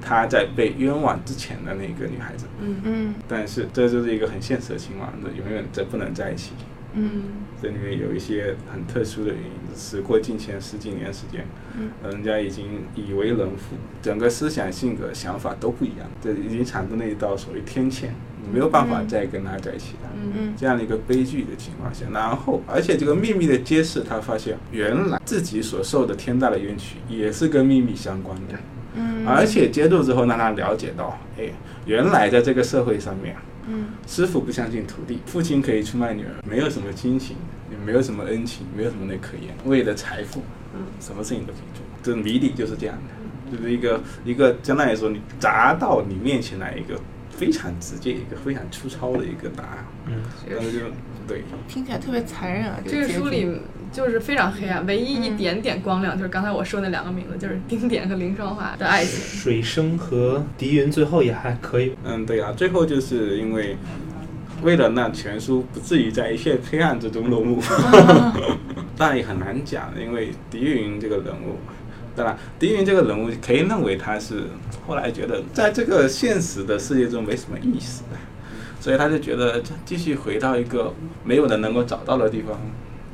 Speaker 6: 他在被冤枉之前的那个女孩子。
Speaker 2: 嗯
Speaker 3: 嗯
Speaker 6: 但是这就是一个很现实的情况，那永远这不能在一起。
Speaker 3: 嗯
Speaker 6: 这里面有一些很特殊的原因，时过境迁十几年时间，
Speaker 3: 嗯
Speaker 6: 人家已经以为人父，整个思想、性格、想法都不一样，这已经产生了一道所谓天堑，你没有办法
Speaker 3: 嗯
Speaker 6: 再跟他在一起了。
Speaker 2: 嗯
Speaker 3: 嗯
Speaker 6: 这样的一个悲剧的情况下，然后而且这个秘密的揭示，他发现原来自己所受的天大的冤屈也是跟秘密相关的，
Speaker 3: 嗯，
Speaker 6: 而且揭露之后让他了解到，哎，原来在这个社会上面，
Speaker 3: 嗯
Speaker 6: 师傅不相信徒弟，父亲可以出卖女儿，没有什么亲情，也没有什么恩情，没有什么那可言。为了财富，
Speaker 2: 嗯
Speaker 6: 什么事情都可以做。这谜底就是这样的，就是一个一个相当于说你砸到你面前来一个非常直接、一个非常粗糙的一个答案，
Speaker 5: 嗯，
Speaker 2: 这
Speaker 6: 然
Speaker 2: 个
Speaker 6: 后就是对，
Speaker 3: 听起来特别残忍啊！
Speaker 2: 这个
Speaker 3: 结
Speaker 2: 书
Speaker 3: 局
Speaker 2: 里就是非常黑暗，唯一
Speaker 3: 嗯
Speaker 2: 一点点光亮就是刚才我说那两个名字，就是丁点和林双华的爱 情。
Speaker 5: 水生和狄云最后也还可以，
Speaker 6: 嗯，对啊，最后就是因为。为了让全书不至于在一片黑暗之中落幕，但也很难讲，因为狄云这个人物，当然，狄云这个人物可以认为他是后来觉得在这个现实的世界中没什么意思，所以他就觉得继续回到一个没有人能够找到的地方，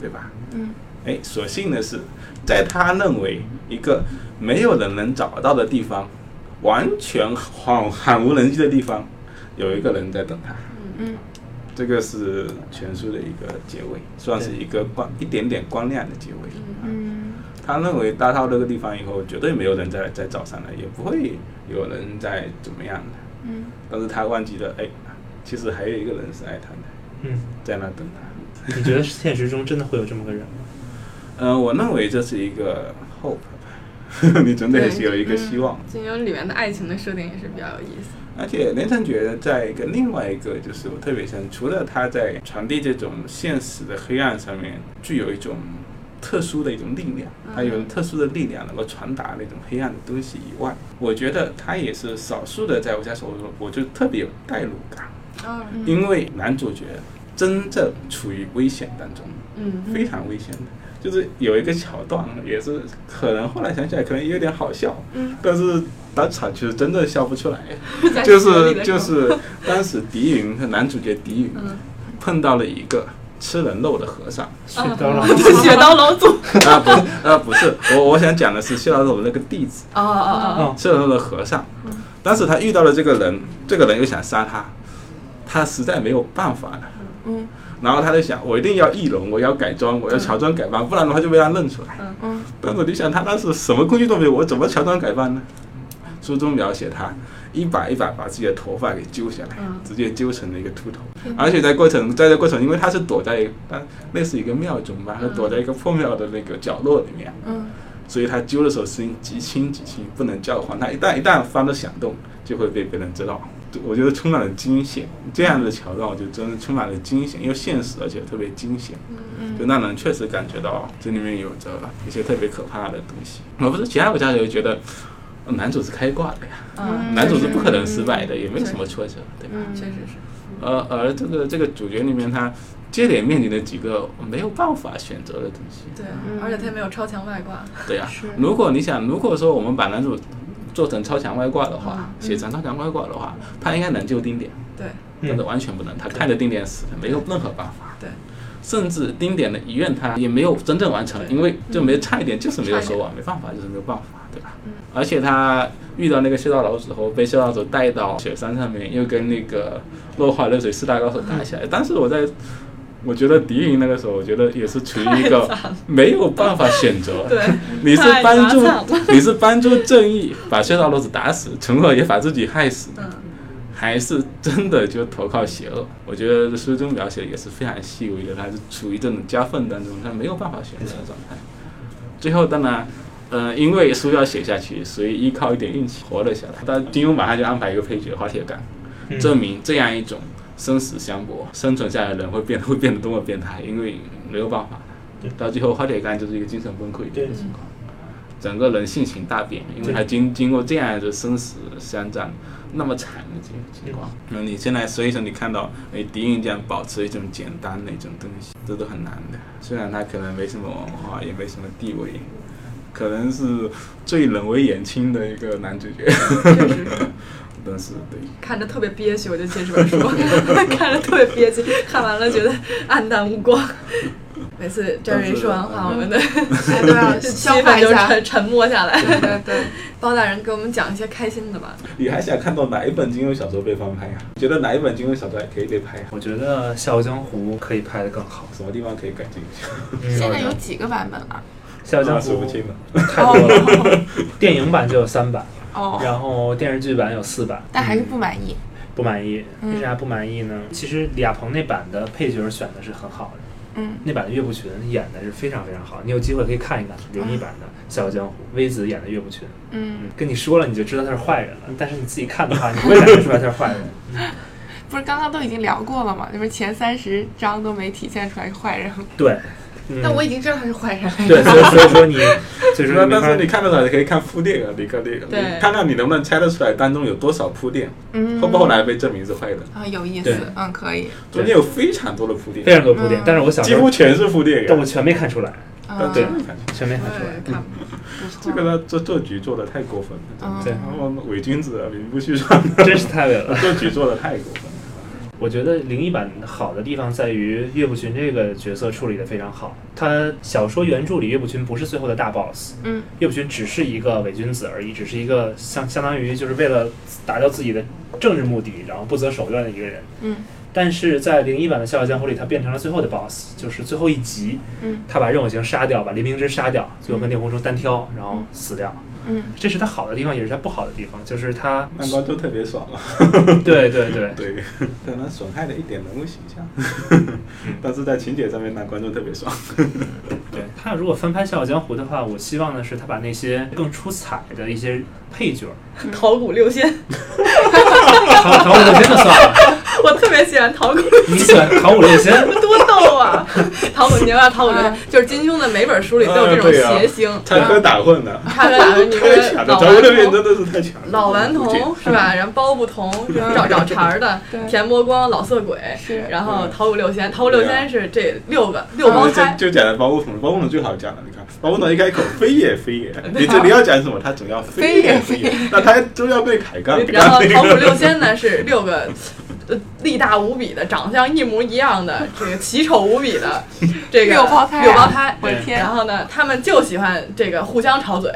Speaker 6: 对吧？
Speaker 3: 嗯
Speaker 6: 哎，所幸的是，在他认为一个没有人能找到的地方，完全罕罕无人迹的地方，有一个人在等他。
Speaker 3: 嗯
Speaker 6: 这个是全书的一个结尾，算是一个光一点点光亮的结尾。啊
Speaker 3: 嗯
Speaker 6: 他认为达到这个地方以后，绝对没有人再再找上来，也不会有人再怎么样的。
Speaker 3: 嗯
Speaker 6: 但是他忘记了，哎，其实还有一个人是爱他的，
Speaker 5: 嗯，
Speaker 6: 在那等他。
Speaker 5: 你觉得现实中真的会有这么个人吗？
Speaker 6: 嗯、我认为这是一个 hope 吧，你总得
Speaker 2: 对嗯
Speaker 6: 是有一
Speaker 3: 嗯
Speaker 6: 个希望。
Speaker 2: 金庸里面的爱情的设定也是比较有意思。
Speaker 6: 而且连城诀在一个另外一个就是我特别想，除了他在传递这种现实的黑暗上面，具有一种特殊的一种力量，它有特殊的力量能够传达那种黑暗的东西以外，我觉得他也是少数的，在我家手中，我就特别有代入感，
Speaker 2: 嗯
Speaker 6: 因为男主角真正处于危险当中，
Speaker 2: 嗯
Speaker 6: 非常危险的。就是有一个桥段，也是可能后来想起来可能有点好笑，
Speaker 2: 嗯
Speaker 6: 但是当场其实真的笑不出来。
Speaker 2: 在
Speaker 6: 就
Speaker 2: 雪里
Speaker 6: 是
Speaker 2: 的
Speaker 6: 就
Speaker 2: 时候
Speaker 6: 是当时狄云和男主角狄云
Speaker 2: 嗯
Speaker 6: 碰到了一个吃人肉的和尚
Speaker 5: 是
Speaker 3: 啊
Speaker 5: 当然，
Speaker 2: 雪刀老祖。
Speaker 6: 啊，不是啊不是，我我想讲的是谢老头那个弟子
Speaker 2: 哦哦哦，嗯
Speaker 5: 哦，
Speaker 6: 吃人肉的和尚，当时他遇到了这个人，这个人又想杀他，他实在没有办法了。
Speaker 3: 嗯
Speaker 6: 然后他就想，我一定要易容，我要改装，我要乔装改扮，不然的话就被他认出来。
Speaker 3: 嗯
Speaker 6: 但是你想，他当时什么工具都没有，我怎么乔装改扮呢？书中描写他一把一把把自己的头发给揪下来，
Speaker 2: 嗯
Speaker 6: 直接揪成了一个秃头。而且在过程，在这过程，因为他是躲在他类似一个庙中吧，他躲在一个破庙的那个角落里面，
Speaker 3: 嗯
Speaker 6: 所以他揪的时候声音极轻极轻，不能叫唤。他一旦一旦发出响动，就会被别人知道。我觉得充满了惊险，这样的桥段，我觉得真的充满了惊险，又现实，而且特别惊险。就
Speaker 3: 嗯
Speaker 6: 让人确实感觉到这里面有着一些特别可怕的东西。我不是其他国家也觉得呃男主是开挂的呀，
Speaker 2: 嗯，
Speaker 6: 男主是不可能失败的，也没有什么挫折，对吧？
Speaker 2: 确实
Speaker 3: 嗯
Speaker 2: 是。
Speaker 6: 而而这个这个主角里面，他接连面临的几个没有办法选择的东西，
Speaker 2: 对，
Speaker 3: 嗯
Speaker 2: 而且他也没有超强外挂。
Speaker 6: 对呀、
Speaker 3: 是
Speaker 6: 如果你想，如果说我们把男主做成超强外挂的话，
Speaker 2: 嗯
Speaker 6: 写成超强外挂的话，他应该能救丁点。
Speaker 2: 对，
Speaker 6: 但是完全不能，他看着丁点死了，没有任何办法。
Speaker 2: 对，
Speaker 6: 甚至丁点的遗愿他也没有真正完成，因为就没差一点，就是没有说完，没办法，就是没有办法，对吧？而且他遇到那个修道老祖后，被修道老祖带到雪山上面，又跟那个落花流水四大高手打起来。当时我在。我觉得狄云那个时候，我觉得也是处于一个没有办法选择，
Speaker 2: 对，
Speaker 6: 你是
Speaker 2: 太
Speaker 6: 帮
Speaker 2: 麻
Speaker 6: 助
Speaker 2: 烦了
Speaker 6: 你是帮助正义把隧道罗子打死，从而也把自己害死，
Speaker 2: 嗯
Speaker 6: 还是真的就投靠邪恶？我觉得书中描写也是非常细微的，他是处于这种夹缝当中，他没有办法选择的状态。最后当然，呃，因为书要写下去，所以依靠一点运气活了下来。但金庸马上就安排一个配角花铁干，
Speaker 5: 嗯
Speaker 6: 证明这样一种生死相搏，生存下来的人会变会变得多么变态，因为没有办法
Speaker 8: 对，
Speaker 6: 到最后花铁干就是一个精神崩溃的
Speaker 8: 对
Speaker 6: 情况，整个人性情大变，因为
Speaker 8: 对
Speaker 6: 他经经过这样的生死相战，那么惨的这个情况，那你现在所以说你看到哎敌人这样保持一种简单的一种东西，这都很难的，虽然他可能没什么文化，也没什么地位。可能是最人为眼清的一个男主角，
Speaker 2: 确实是。
Speaker 6: 但是对，
Speaker 2: 看着特别憋屈，我就借这本书， 看着特别憋屈，看完了觉得黯淡无光。 每次这人说完
Speaker 6: 嗯
Speaker 2: 话，我们的
Speaker 3: 哎都要
Speaker 2: 气
Speaker 3: 消化
Speaker 2: 氛
Speaker 3: 一
Speaker 2: 就
Speaker 3: 下。
Speaker 2: 沉沉默下来。
Speaker 3: 对对对，
Speaker 2: 包大人给我们讲一些开心的吧。
Speaker 6: 你还想看到哪一本金庸小说被翻拍呀、觉得哪一本金庸小说还可以被拍、啊？
Speaker 5: 我觉得《笑傲江湖》可以拍得更好。
Speaker 6: 什么地方可以改进一下？
Speaker 3: 现在有几个版本了？
Speaker 5: 《笑傲江
Speaker 6: 数
Speaker 5: 湖
Speaker 6: 不》清了。
Speaker 5: 太多了，电影版就有三版，
Speaker 3: 哦，
Speaker 5: 然后电视剧版有四版。
Speaker 3: 但还是不满意。
Speaker 5: 不满意，
Speaker 3: 嗯
Speaker 5: 为啥不满意呢？其实李亚鹏那版的配角选的是很好的，
Speaker 3: 嗯，
Speaker 5: 那版的岳不群演的是非常非常好，你有机会可以看一看零一版的《笑傲江湖》，微子演的岳不群，
Speaker 3: 嗯，
Speaker 5: 跟你说了你就知道他是坏人了，但是你自己看的话，你不会感觉出来他是坏人。
Speaker 3: 不是刚刚都已经聊过了吗？就是前三十章都没体现出来是坏人，
Speaker 5: 对，嗯
Speaker 3: 但我已经知道他是坏人了。
Speaker 5: 对，所以所以说 你，所以说
Speaker 6: 那
Speaker 5: 你没
Speaker 6: 但是
Speaker 5: 法
Speaker 6: 你看得出来，可以看铺垫啊，你看这个，
Speaker 2: 对
Speaker 6: 你看看你能不能猜得出来当中有多少铺垫，
Speaker 3: 嗯，
Speaker 6: 后不后来被证明是坏人，
Speaker 3: 啊，有意
Speaker 5: 对
Speaker 3: 思，嗯，可以，
Speaker 5: 对
Speaker 6: 中间有非常多的铺
Speaker 5: 非
Speaker 6: 垫，
Speaker 5: 常多铺垫，但是我小
Speaker 6: 几
Speaker 5: 时
Speaker 6: 乎
Speaker 5: 候，
Speaker 6: 全是铺垫
Speaker 5: 但
Speaker 6: 呀
Speaker 5: 我。全没看出来，
Speaker 2: 啊
Speaker 3: 嗯，
Speaker 5: 对
Speaker 6: 嗯
Speaker 5: 全没看出来。
Speaker 3: 看不错
Speaker 6: 这，个呢，这这局做的太过分了，真
Speaker 2: 啊
Speaker 6: 的
Speaker 3: 嗯
Speaker 5: 对
Speaker 6: 然后伪君子啊，名不虚传，
Speaker 5: 真是太伟了！
Speaker 6: 这局做的太过分了。
Speaker 5: 我觉得零一版好的地方在于岳不群这个角色处理的非常好。他小说原著里岳不群不是最后的大 boss，
Speaker 3: 嗯，
Speaker 5: 岳不群只是一个伪君子而已，只是一个相相当于就是为了达到自己的政治目的，然后不择手段的一个人。
Speaker 3: 嗯，
Speaker 5: 但是在零一版的《笑傲江湖》里，他变成了最后的 boss，就是最后一集，
Speaker 3: 嗯，
Speaker 5: 他把任我行杀掉，把林明之杀掉，最后跟令狐冲单挑，然后死掉。
Speaker 3: 嗯，
Speaker 5: 这是他好的地方，也是他不好的地方，就是他，
Speaker 6: 那观众特别 爽了，
Speaker 5: 对对对，
Speaker 6: 对，可能损害了一点人物形象， 但是在情节上面让观众特别爽。
Speaker 5: 对他如果翻拍《笑傲江湖》的话，我希望的是他把那些更出彩的一些配 角，
Speaker 2: 考古六仙，
Speaker 5: 唐唐五六仙就算了，
Speaker 2: 我特别喜欢考古，
Speaker 5: 你喜欢唐五六仙，
Speaker 2: 多逗 啊！考古牛啊，考古牛，就是金庸的每本书里都有这种
Speaker 6: 啊对啊
Speaker 2: 谐星，
Speaker 6: 插科打诨的，
Speaker 2: 插科打诨，你
Speaker 6: 太强
Speaker 2: 跟老
Speaker 6: 了，咱们那
Speaker 2: 顽
Speaker 6: 边
Speaker 2: 童
Speaker 6: 真。的是太强了。
Speaker 2: 老顽童是
Speaker 6: 嗯
Speaker 2: 吧？然后包不同，找找茬儿的
Speaker 3: 对，
Speaker 2: 田伯光、老色鬼，
Speaker 3: 是
Speaker 2: 然后
Speaker 6: 嗯
Speaker 2: 桃五六仙，桃五六
Speaker 6: 对啊啊
Speaker 2: 仙是这六个
Speaker 6: 我
Speaker 2: 六胞
Speaker 6: 们
Speaker 2: 胎
Speaker 6: 先，就讲了包公冯，包公冯最好讲了，你看包公冯一开口飞也飞也，你这你要讲什么，他总要飞也飞也，那他就要被抬杠。
Speaker 2: 然后桃五六仙呢是六个，呃，力大无比的，长相一模一样的，这个奇丑无比的，这个
Speaker 3: 六胞胎啊
Speaker 2: 六胞胎，
Speaker 3: 我的天
Speaker 2: 然，后呢，他们就喜欢这个互相吵嘴，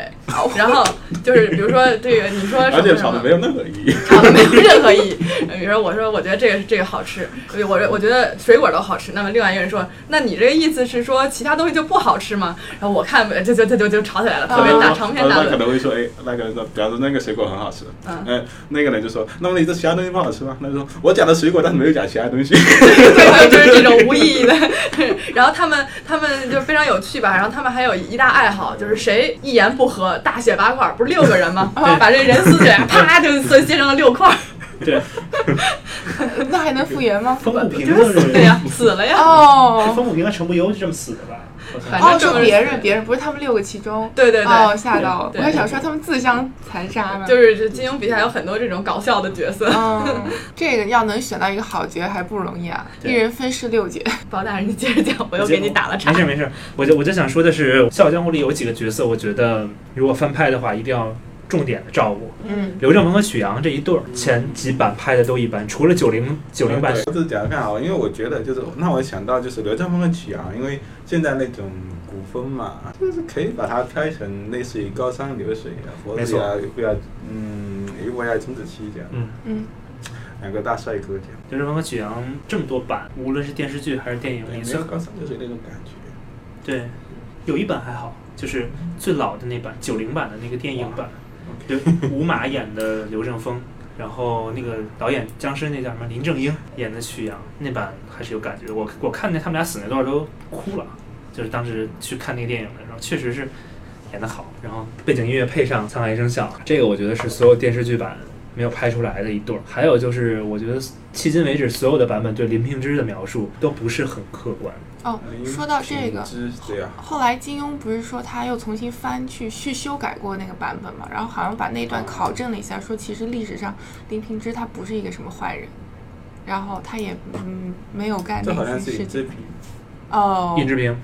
Speaker 2: 然后就是比如说这个你说什
Speaker 6: 而
Speaker 2: 么
Speaker 6: 且
Speaker 2: 什
Speaker 6: 吵
Speaker 2: 么
Speaker 6: 的没有任何意 义，
Speaker 2: 吵的没有任何意义。呃比如说，我说我觉得这个这个好吃，我我觉得水果都好吃。那么另外一个人说，那你这个意思是说其他东西就不好吃吗？然后我看就就就就就吵起来了，特别
Speaker 6: 嗯
Speaker 2: 大长篇大
Speaker 6: 他可
Speaker 2: 论。
Speaker 6: 能会说，哎，那个人说，比方说那个水果很好吃，
Speaker 2: 嗯
Speaker 6: 哎，那个人就说，那么你这其他东西不好吃吗？那就说我讲的水果，但是没有讲其他东西。
Speaker 2: 对，就是这种无 意义的。 然后他们他们就非常有趣吧，然后他们还有一大爱好，就是谁一言不合大卸八块儿，不是六个人吗？把这人撕起 来，啪就碎切成了六块儿，
Speaker 5: 对，
Speaker 3: 那还能复原吗？
Speaker 5: 冯不平
Speaker 2: 就是死
Speaker 5: 就是
Speaker 2: 的
Speaker 6: 啊
Speaker 2: 呀，死了呀。
Speaker 3: 哦
Speaker 5: 冯不平和程不由是这么死的吧？好
Speaker 2: 反
Speaker 5: 像
Speaker 2: 正
Speaker 3: 哦，
Speaker 2: 这么
Speaker 3: 是别人别人，不是他们六个其中。
Speaker 2: 对对对，
Speaker 3: 哦，吓到我！我
Speaker 2: 对
Speaker 3: 还想说他们自相残杀呢。，
Speaker 2: 就是是这金庸笔下有很多这种搞笑的角色。
Speaker 3: 嗯，这个要能选到一个好角还不容易啊，
Speaker 5: 对
Speaker 3: 一人分饰六角。
Speaker 2: 包大人，你接着讲，我又给你打了岔
Speaker 5: 没。事没事，我就我就想说的是，《笑傲江湖》里有几个角色，我觉得如果翻拍的话，一定要重点的照顾。
Speaker 3: 嗯，
Speaker 5: 刘正鹏和许阳这一对儿，前几版拍的都一般，除了九零九零版
Speaker 6: 对，这讲的更好，因为我觉得就是那我想到就是刘正风的曲啊，因为现在那种古风嘛，就是可以把它拍成类似于高山流水啊、佛
Speaker 5: 没
Speaker 6: 子
Speaker 5: 错
Speaker 6: 啊、不要嗯，哎，我要钟子期这样，
Speaker 5: 嗯
Speaker 3: 嗯，
Speaker 6: 两个大帅哥这样，
Speaker 5: 刘正鹏和许阳这么多版，无论是电视剧还是电影，
Speaker 3: 嗯
Speaker 6: 对，
Speaker 5: 你
Speaker 6: 没
Speaker 5: 算
Speaker 6: 有高山流水那种感觉，
Speaker 5: 对，有一版还好，就是最老的那版，九零版的那个电影版，刘吴马演的刘正风，然后那个导演僵尸那叫什么林正英演的曲阳，那版还是有感觉的。我我看见他们俩死那段儿都哭了，就是当时去看那个电影的时候，确实是演得好，然后背景音乐配上《沧海一声笑》，这个我觉得是所有电视剧版没有拍出来的一对儿。还有就是，我觉得迄今为止所有的版本对林平之的描述都不是很客观。
Speaker 3: 哦，
Speaker 6: 呃
Speaker 3: 说到这个，
Speaker 6: 知对啊，
Speaker 3: 后来金庸不是说他又重新翻去去修改过那个版本嘛，然后好像把那段考证了一下，说其实历史上林平之他不是一个什么坏人，然后他也嗯没有干
Speaker 6: 这好
Speaker 3: 那
Speaker 6: 像是
Speaker 3: 些事
Speaker 6: 尹
Speaker 3: 情
Speaker 6: 志平，
Speaker 3: 哦，
Speaker 5: 尹志平，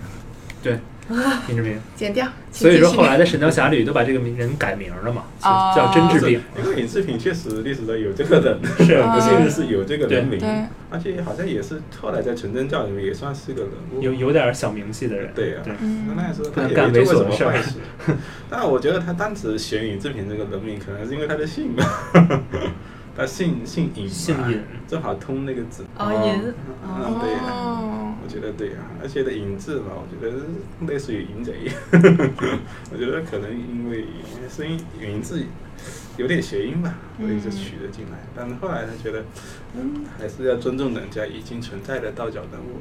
Speaker 5: 对， 尹志平。
Speaker 3: 剪掉。请
Speaker 5: 所以
Speaker 3: 继
Speaker 5: 说
Speaker 3: 续
Speaker 5: 后来的《神雕侠侣》都把这个名人改名了嘛，就
Speaker 3: 哦
Speaker 5: 叫甄志
Speaker 6: 是
Speaker 5: 平。
Speaker 6: 因为尹志平确实历史上有这个人，
Speaker 5: 是
Speaker 3: 啊
Speaker 6: 不幸的是有这个人名
Speaker 3: 对，
Speaker 6: 而且好像也是后来在纯真教里面也算是个人物，
Speaker 5: 有有点小名气的人。
Speaker 6: 对啊
Speaker 5: 对，
Speaker 3: 嗯
Speaker 6: 那那时候
Speaker 5: 不
Speaker 6: 他
Speaker 5: 能
Speaker 6: 也
Speaker 5: 干
Speaker 6: 没
Speaker 5: 猥
Speaker 6: 做
Speaker 5: 琐
Speaker 6: 过
Speaker 5: 的
Speaker 6: 什
Speaker 5: 事
Speaker 6: 么
Speaker 5: 儿
Speaker 6: 坏事， 但我觉得他当时选尹志平这个人名，可能是因为他的姓吧，他姓姓尹嘛，
Speaker 5: 姓尹
Speaker 6: 正好通那个字，
Speaker 2: 哦，
Speaker 5: 哦
Speaker 2: 银
Speaker 6: 嗯，对啊。
Speaker 3: 哦，
Speaker 6: 我觉得对啊，而且的影字嘛，我觉得类似于淫贼， 我觉得可能因为声音影字有点谐音吧，所以就取了进来。但是后来他觉得，嗯，还是要尊重人家已经存在的道教人物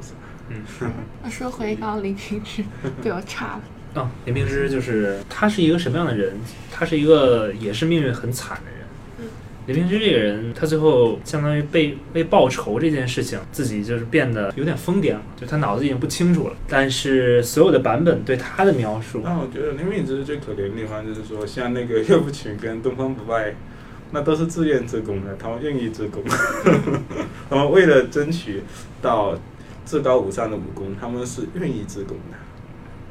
Speaker 6: 是吧？
Speaker 3: 那说回刚刚林平 之被我岔了，
Speaker 5: 啊，林平之就是他是一个什么样的人？他是一个也是命运很惨的人。
Speaker 3: 嗯
Speaker 5: 林平之这个人，他最后相当于被为报仇这件事情，自己就是变得有点疯癫了，就他脑子已经不清楚了。但是所有的版本对他的描述，
Speaker 6: 那我觉得林敏之最可怜的地方就是说，像那个岳不群跟东方不败，那都是自愿自宫的，他们愿意自宫， 他们为了争取到至高无上的武功，他们是愿意自宫的。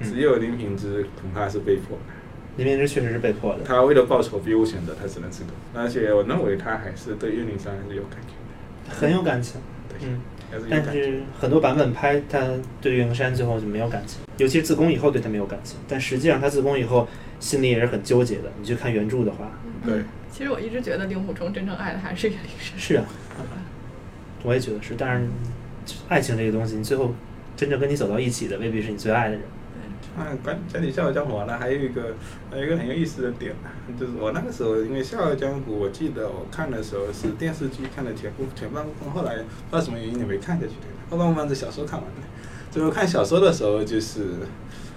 Speaker 5: 嗯
Speaker 6: 只有林平之恐怕是被迫的，
Speaker 5: 林平之确实是被迫的。
Speaker 6: 他为了报仇别无选择，他只能自宫。而且我认为他还是对岳灵珊还是有感情
Speaker 5: 很有感情，
Speaker 6: 的，对，
Speaker 5: 嗯，
Speaker 6: 还是有
Speaker 5: 但
Speaker 6: 感情。
Speaker 5: 是很多版本拍他对岳灵珊最后就没有感情，尤其是自宫以后对他没有感情，但实际上他自宫以后心里也是很纠结的。你去看原著的话，
Speaker 6: 对，
Speaker 2: 其实我一直觉得令狐冲真正爱的还是岳灵珊。
Speaker 5: 是啊，
Speaker 6: 嗯
Speaker 5: 我也觉得是，但是爱情这个东西，你最后真正跟你走到一起的未必是你最爱的人。
Speaker 6: 啊，关讲起《笑傲江湖》呢，还有一个还有一个很有意思的点，啊就是我那个时候因为《笑傲江湖》，我记得我看的时候是电视剧看的全部全半部分，后来不知道什么原因也没看下去，后半部分是小说看完的。最后看小说的时候，就是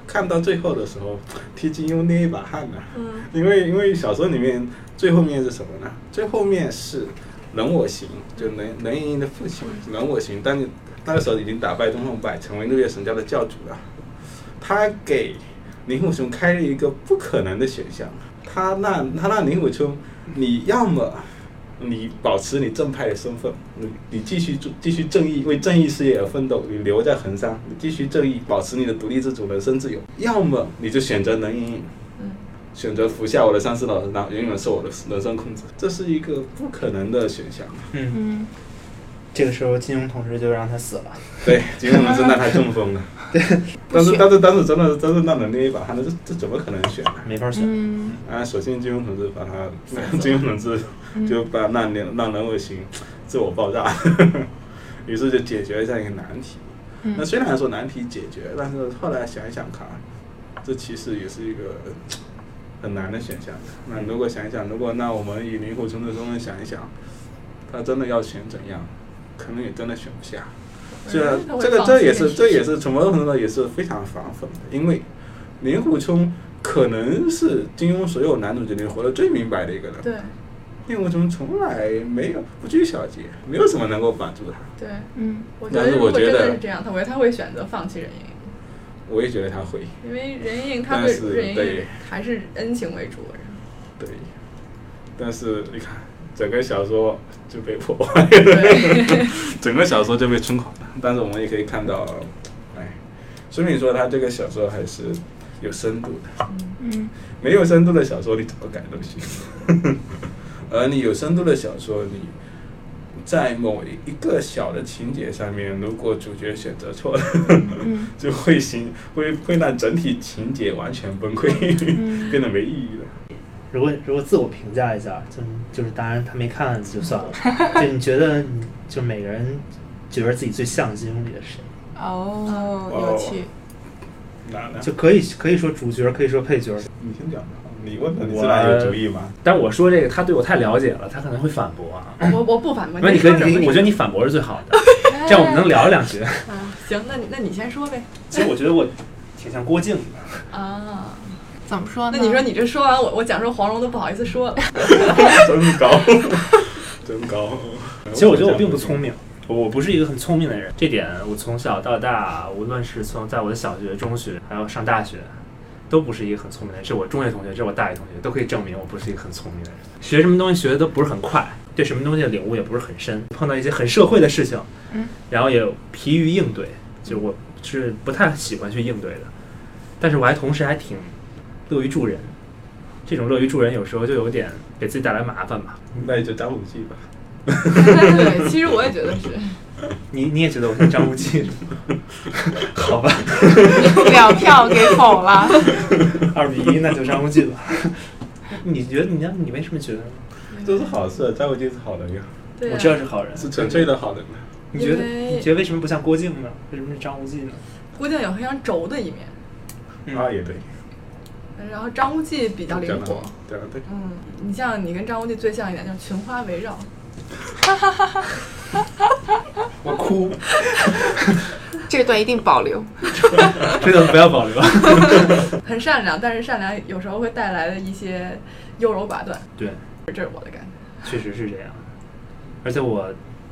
Speaker 6: 看到最后的时候，替金庸捏一把汗呐、
Speaker 2: 嗯，
Speaker 6: 因为因为小说里面最后面是什么呢？最后面是冷我行，就冷冷盈盈的父亲冷我行，但是那个时候已经打败东方不败，成为六月神教的教主了。他给林虎兄开了一个不可能的选项，他让他让林虎兄，你要么你保持你正派的身份，你你继续做继续正义为正义事业而奋斗，你留在衡山，你继续正义，保持你的独立自主、人身自由；要么你就选择冷盈盈。选择服下我的三师老师，然后永远受我的人生控制，这是一个不可能的选项。
Speaker 5: 嗯，
Speaker 3: 嗯，
Speaker 5: 这个时候金庸同志就让他死了。
Speaker 6: 对，结果我们真让他中风了。但是但是当时真的真的让人捏一把汗，这这怎么可能选呢？
Speaker 5: 没法选，
Speaker 3: 嗯，
Speaker 6: 啊，首先金庸同志把他，金庸同志就把让人让人为行
Speaker 2: 嗯
Speaker 6: 自我爆炸， 于是就解决了这样一个难题。
Speaker 2: 嗯
Speaker 6: 那虽然说难题解决，但是后来想一想看，这其实也是一个很难的选项。那如果想一想，如果那我们以灵狐冲的身份想一想，他真的要选怎样，可能也真的选不下。虽然
Speaker 2: 嗯那我
Speaker 6: 这
Speaker 2: 也
Speaker 6: 个
Speaker 2: 放
Speaker 6: 这
Speaker 2: 弃
Speaker 6: 也
Speaker 2: 这件
Speaker 6: 是
Speaker 2: 事
Speaker 6: 这
Speaker 2: 情
Speaker 6: 也是从某种程度上也是非常反讽的，因为令狐冲可能是金庸所有男主角里活得最明白的一个人。
Speaker 2: 对
Speaker 6: 令狐冲从来没有不拘小节，没有什么能够绑住他。
Speaker 2: 对，
Speaker 3: 嗯，
Speaker 2: 我觉
Speaker 6: 但
Speaker 2: 得
Speaker 6: 是
Speaker 2: 如
Speaker 6: 我
Speaker 2: 果
Speaker 6: 觉
Speaker 2: 真的
Speaker 6: 得
Speaker 2: 是这样，他我觉得他会选择放弃任盈盈，
Speaker 6: 我也觉得他会，
Speaker 2: 因为任盈盈他
Speaker 6: 但
Speaker 2: 对
Speaker 6: 是
Speaker 2: 任盈
Speaker 6: 对
Speaker 2: 盈还是恩情为主。
Speaker 6: 对。但是你看，整个小说就被破坏
Speaker 2: 对
Speaker 6: 了， 整个小说就被冲垮了。但是我们也可以看到，哎，说明说他这个小说还是有深度的。
Speaker 3: 嗯，
Speaker 6: 没有深度的小说，你怎么改都 行。而你有深度的小说，你在某一个小的情节上面，如果主角选择错了，
Speaker 3: 嗯
Speaker 6: 就会形会会让整体情节完全崩溃，
Speaker 3: 嗯
Speaker 6: 变得没意义了。
Speaker 5: 如果如果自我评价一下，就就是当然他没看就 算了。就你觉得，就每个人觉得自己最像金庸里的谁？
Speaker 3: 哦，有趣，
Speaker 6: 哪呢？
Speaker 5: 就可以可以说主角，可以说配角。
Speaker 6: 你先讲吧，你问的，你自然有主意 吗？
Speaker 5: 但我说这个，他对我太了解了，他可能会反驳啊。
Speaker 2: 我我不反驳，
Speaker 5: 那你
Speaker 2: 哎说
Speaker 5: 可以，
Speaker 2: 什
Speaker 5: 你可
Speaker 2: 么
Speaker 5: 以我觉得你反驳是最好的，这样我们能聊两句。
Speaker 2: 行，那你那你先说呗。
Speaker 5: 其实我觉得我挺像郭靖的，
Speaker 2: 啊，
Speaker 3: 怎么说呢？
Speaker 2: 那你说你这说完我，我讲说黄蓉都不好意思 说了。
Speaker 6: 真高，真高。
Speaker 5: 其实我觉得我并不聪明，我我不是一个很聪明的人，这点我从小到大，无论是从在我的小学、中学，还有上大学，都不是一个很聪明的人。是我中学同学，是我大学同学，都可以证明我不是一个很聪明的人。学什么东西学的都不是很快，对什么东西的领悟也不是很深。碰到一些很社会的事情，
Speaker 3: 嗯，
Speaker 5: 然后也疲于应对，就我是不太喜欢去应对的。但是我还同时还挺乐于助人，这种乐于助人有时候就有点给自己带来麻烦吧。
Speaker 6: 那你就张无忌吧。
Speaker 2: 对，其实我也觉 得是。
Speaker 5: 你你也觉得我是张无忌？ 好吧，
Speaker 3: 两票给否了，
Speaker 5: 二比一，那就张无忌吧。 你觉得你呢？你为什么觉得呢？
Speaker 3: 嗯
Speaker 6: 都是好事，张无忌是好人呀，
Speaker 2: 对啊、
Speaker 5: 我知道是好人，
Speaker 6: 是纯粹的好人。
Speaker 3: 嗯
Speaker 5: 你觉
Speaker 2: 因
Speaker 5: 得
Speaker 2: 为
Speaker 5: 你觉得为什么不像郭靖呢？为什么是张无忌呢？
Speaker 2: 郭靖有非常轴的一面，
Speaker 5: 嗯
Speaker 6: 啊，也对，
Speaker 2: 然后张无忌比较灵
Speaker 6: 讲的
Speaker 2: 活
Speaker 6: 好。，讲的对。
Speaker 2: 嗯，你像你跟张无忌最像一点就是群花围绕，
Speaker 5: 我哭，
Speaker 3: 这段一定保留。
Speaker 5: 这段不要保留。
Speaker 2: 很善良，但是善良有时候会带来的一些优柔寡断，
Speaker 5: 对，
Speaker 2: 这是我的感觉。
Speaker 5: 确实是这样。而且我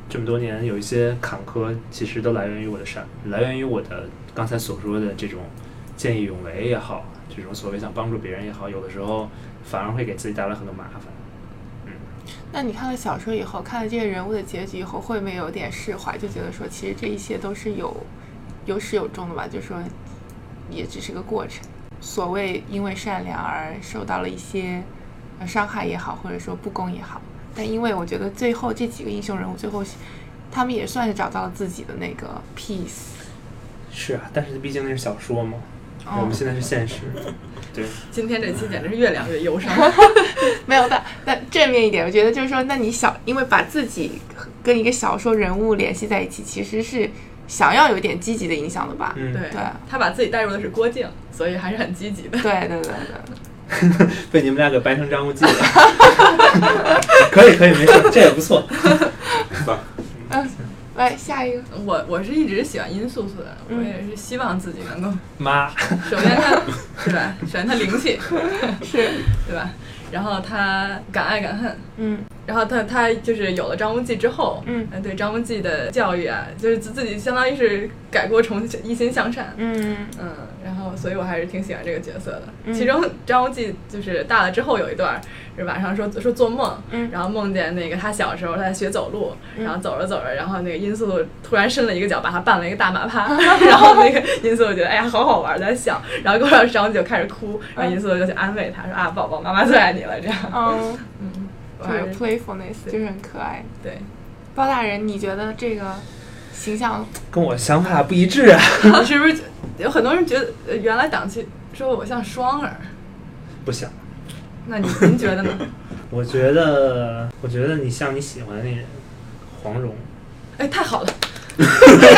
Speaker 5: 这么多年有一些坎坷，其实都来源于我的善，来源于我的刚才所说的这种见义勇为也好，这种所谓想帮助别人也好，有的时候反而会给自己带来很多麻烦。
Speaker 3: 那你看了小说以后，看了这个人物的结局以后，会不会有点释怀？就觉得说，其实这一切都是有有始有终的吧，就说也只是个过程。所谓因为善良而受到了一些呃伤害也好，或者说不公也好，但因为我觉得最后这几个英雄人物最后，他们也算是找到了自己的那个 peace。
Speaker 5: 是啊，但是毕竟那是小说嘛，我
Speaker 3: 哦
Speaker 5: 们现在是现实。对，
Speaker 2: 今天这期简直是越聊越忧伤。
Speaker 3: 没有，但但正面一点，我觉得就是说，那你小，因为把自己跟一个小说人物联系在一起，其实是想要有一点积极的影响的吧？
Speaker 5: 嗯，
Speaker 2: 对
Speaker 3: 对，
Speaker 2: 他把自己带入的是郭靖，所以还是很积极的。
Speaker 3: 对对对对，
Speaker 5: 被你们俩给掰成张无忌了。可以可以，没事，这也不错。
Speaker 3: 来下一个，
Speaker 2: 我我是一直喜欢殷素素的，我也是希望自己能够，
Speaker 5: 妈，
Speaker 2: 首先她是 吧，首先她灵气是，对吧？然后她敢爱敢恨，
Speaker 3: 嗯
Speaker 2: 然后她她就是有了张无忌之后，
Speaker 3: 嗯
Speaker 2: 呃，对张无忌的教育啊，就是自自己相当于是改过重修，一心向善，
Speaker 3: 嗯
Speaker 2: 嗯，然后所以我还是挺喜欢这个角色的。
Speaker 3: 嗯
Speaker 2: 其中张无忌就是大了之后有一段儿是晚上说说做梦，
Speaker 3: 嗯
Speaker 2: 然后梦见那个他小时候他在学走路，
Speaker 3: 嗯
Speaker 2: 然后走着走着，然后那个殷素素突然伸了一个脚，把他绊了一个大马 趴，然后那个殷素素觉得哎呀好好玩儿，在笑，然后过了张无忌就开始哭，然后殷素素就去安慰他说啊宝宝妈妈最爱你了这样，
Speaker 3: 嗯，
Speaker 2: 我
Speaker 3: 就
Speaker 2: 还
Speaker 3: 是
Speaker 2: 是
Speaker 3: playfulness，就是很可爱。
Speaker 2: 对。
Speaker 3: 包大人，你觉得这个形象
Speaker 5: 跟我想法不一致啊。
Speaker 2: 你是不是有很多人觉得呃原来档期说我像双儿，
Speaker 5: 不想，
Speaker 2: 那你您觉得呢？
Speaker 5: 我觉得，我觉得你像你喜欢的那人，黄蓉。
Speaker 2: 哎，太好了，
Speaker 3: 开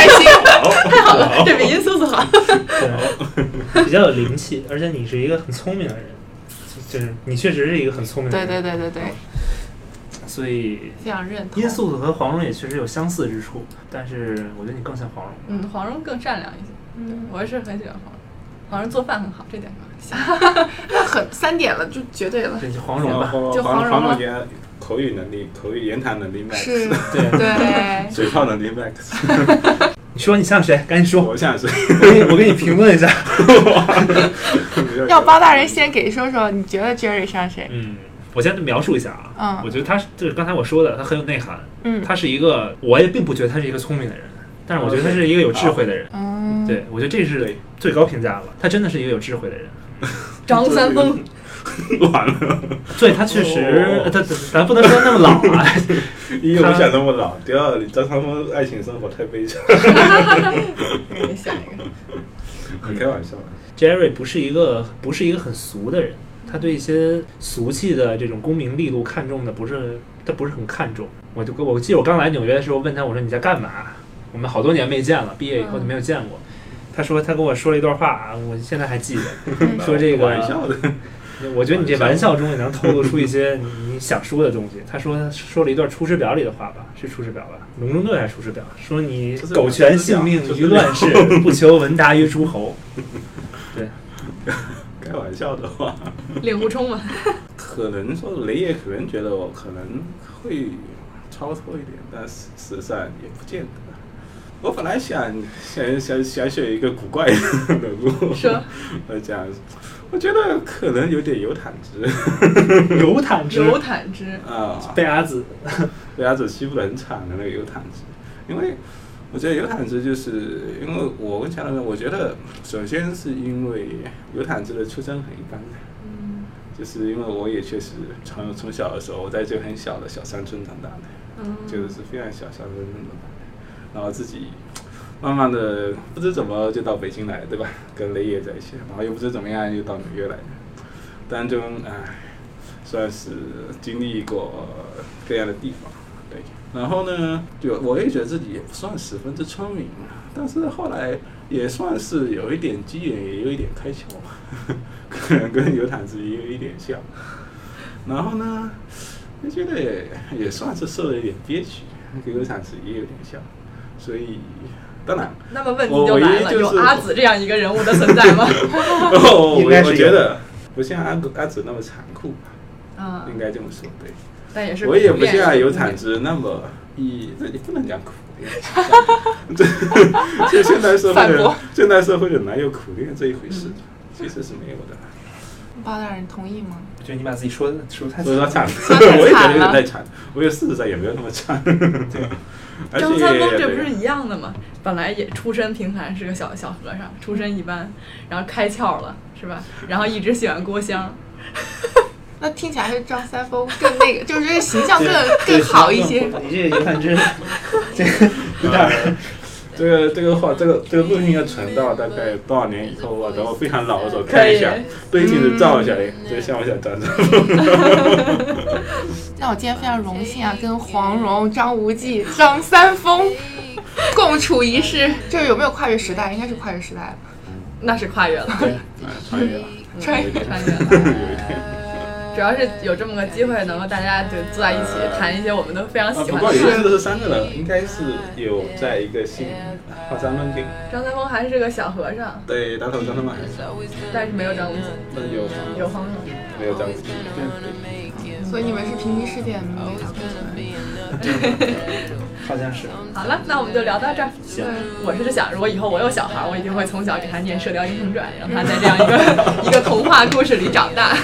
Speaker 3: 心？
Speaker 2: 太好了，这比殷素素好。
Speaker 5: 对，比较有灵气，而且你是一个很聪明的人，就就是你确实是一个很聪明的
Speaker 3: 对
Speaker 5: 人，
Speaker 3: 对对对对，
Speaker 5: 对，所以
Speaker 3: 非常认同
Speaker 5: 殷。素素和黄蓉也确实有相似之处，但是我觉得你更像黄蓉。
Speaker 2: 嗯，黄蓉更善良一些。
Speaker 3: 嗯，
Speaker 2: 我是很喜欢黄蓉，黄蓉做饭很好，这点是吧
Speaker 3: 那很三点了，就绝对了。
Speaker 5: 对，就黄蓉吧。
Speaker 3: 就黄
Speaker 6: 嗯黄
Speaker 3: 蓉
Speaker 6: 蓉
Speaker 3: 了
Speaker 6: 言口语能力、口语言谈能力 max，
Speaker 3: 是，
Speaker 5: 对，
Speaker 3: 对，
Speaker 6: 嘴炮能力 max。
Speaker 5: 你说你像谁？赶紧说，
Speaker 6: 我想是，
Speaker 5: 我给你我给你评论一下。
Speaker 3: 要包大人先给说说，你觉得 Jerry 像谁？
Speaker 5: 嗯，我先描述一下啊，
Speaker 3: 嗯
Speaker 5: 我觉得他是就是刚才我说的，他很有内涵，
Speaker 3: 嗯
Speaker 5: 他是一个，我也并不觉得他是一个聪明的人，但是我觉得他是一个有智慧的人，
Speaker 3: 嗯，
Speaker 5: 对我觉得这是
Speaker 6: 对
Speaker 5: 最高评价了，他真的是一个有智慧的 人，
Speaker 2: 张三丰，
Speaker 6: 完了。
Speaker 5: 所以他确实
Speaker 6: 哦，
Speaker 5: 他咱不能说那么老啊，
Speaker 6: 一我不想那么老，第二你张三丰爱情生活太悲惨，
Speaker 2: 给你想一个。
Speaker 6: 开玩笑。
Speaker 5: Jerry 不是一个不是一个很俗的人，他对一些俗气的这种功名利禄看重的不是他不是很看重。我就我记得我刚来纽约的时候问他，我说你在干嘛？我们好多年没见了，毕业以后就没有见过。他说他跟我说了一段话，我现在还记得，说这个
Speaker 6: 玩笑的，
Speaker 5: 我觉得你这玩笑中也能透露出一些你你想说的东西。他说说了一段《出师表》里的话吧，是《出师表》吧，《隆中对》还是《出师表》？说你
Speaker 6: 出师表
Speaker 5: 苟全性命
Speaker 6: 出师
Speaker 5: 于
Speaker 6: 表
Speaker 5: 乱世，不求闻达于诸侯。对，
Speaker 6: 感开玩笑的话，
Speaker 2: 令狐冲嘛，
Speaker 6: 可能说雷也可能觉得我可能会超脱一点，但事实上也不见得。我本来想想想想选一个古怪的 人物，呃
Speaker 2: 是吧
Speaker 6: 我讲，我觉得可能有点有坦直
Speaker 5: 有坦之
Speaker 2: 有坦之，
Speaker 6: 啊，
Speaker 5: 被阿紫
Speaker 6: 被阿紫欺负的很惨的那个有坦直，因为我觉得有坦直就是因为我跟强人，我觉得首先是因为有坦直的出身很一般，就是因为我也确实从从小的时候，我在这个很小的小山村长大的，
Speaker 2: 嗯，
Speaker 6: 就是非常小小的那种，然后自己慢慢的不知怎么就到北京来了，对吧？跟雷爷在一起，然后又不知怎么样又到纽约来了，当中唉，算是经历过各样的地方，对。然后呢，就我也觉得自己也不算十分之聪明，啊但是后来也算是有一点机缘，也有一点开窍， 可能跟有坦子也有一点像。然后呢，我觉得也也算是受了一点憋屈，跟有产值也有点像，所以当然，
Speaker 2: 那么问题
Speaker 6: 我
Speaker 2: 就
Speaker 6: 唯
Speaker 2: 来
Speaker 6: 一
Speaker 2: 了，
Speaker 6: 就
Speaker 2: 有
Speaker 6: 是
Speaker 2: 阿紫这样一个人物的存 在吗？
Speaker 6: 我
Speaker 5: 应该是有
Speaker 6: 我觉得不像阿阿紫那么残酷吧，
Speaker 2: 啊，
Speaker 6: 应该这么说对。
Speaker 2: 但也是
Speaker 6: 我也不
Speaker 2: 练
Speaker 6: 像
Speaker 2: 习
Speaker 6: 有
Speaker 2: 的
Speaker 6: 产值那么以这也不能讲苦练， 这这现代社会
Speaker 3: 反
Speaker 6: 的
Speaker 3: 驳
Speaker 6: 现代社会的哪有苦练这一回
Speaker 2: 嗯
Speaker 6: 事，其实是没有的。
Speaker 3: 包大人同意吗？
Speaker 5: 我觉得你把自己说的说得太
Speaker 6: 说到惨，
Speaker 3: 说得太
Speaker 6: 我也觉得
Speaker 3: 惨
Speaker 6: 有点
Speaker 3: 了
Speaker 6: 太惨，我也事实上也没有那么惨。 而且
Speaker 2: 张三丰这不是一样的吗？本来也出身平凡，是个小小和尚，出身一般，然后开窍了，是吧？然后一直喜欢郭襄，
Speaker 3: 那听起来还是张三丰更那个，就是这个形象更
Speaker 5: 对
Speaker 3: 更好一些。
Speaker 5: 你这有坦之，这个有 点儿
Speaker 6: 啊这个这个话，这个这个录音要存到大概多少年以后啊？等我非常老的时候看一下
Speaker 2: 可以，嗯
Speaker 6: 对镜子照一下，哎，这像不像张三？
Speaker 3: 那我今天非常荣幸啊，跟黄蓉、张无忌、张三丰 共处一室，这有没有跨越时代？应该是跨越时代了。
Speaker 2: 那是跨越了，
Speaker 6: 哎穿越了，
Speaker 3: 穿
Speaker 6: 越
Speaker 2: 穿越 了。主要是有这么个机会，能够大家就坐在一起谈一些我们都非常
Speaker 6: 啊，
Speaker 2: 喜
Speaker 6: 不
Speaker 2: 欢的
Speaker 6: 过也
Speaker 2: 事。
Speaker 6: 是这三个人，应该是有在一个新华山论定，
Speaker 2: 啊张三丰还是个小和尚，
Speaker 6: 对，打头张三嘛，
Speaker 2: 但是没有张无忌，
Speaker 6: 那有
Speaker 2: 嗯有嗯黄蓉。
Speaker 6: 没有张无忌？
Speaker 3: 所以你们是平行世界，没啥共情。
Speaker 5: 好像是。
Speaker 2: 好了，那我们就聊到这儿。嗯
Speaker 5: 行
Speaker 2: 我是想，如果以后我有小孩，我一定会从小给他念《射雕英雄传》，让他在这样一 个一个童话故事里长大。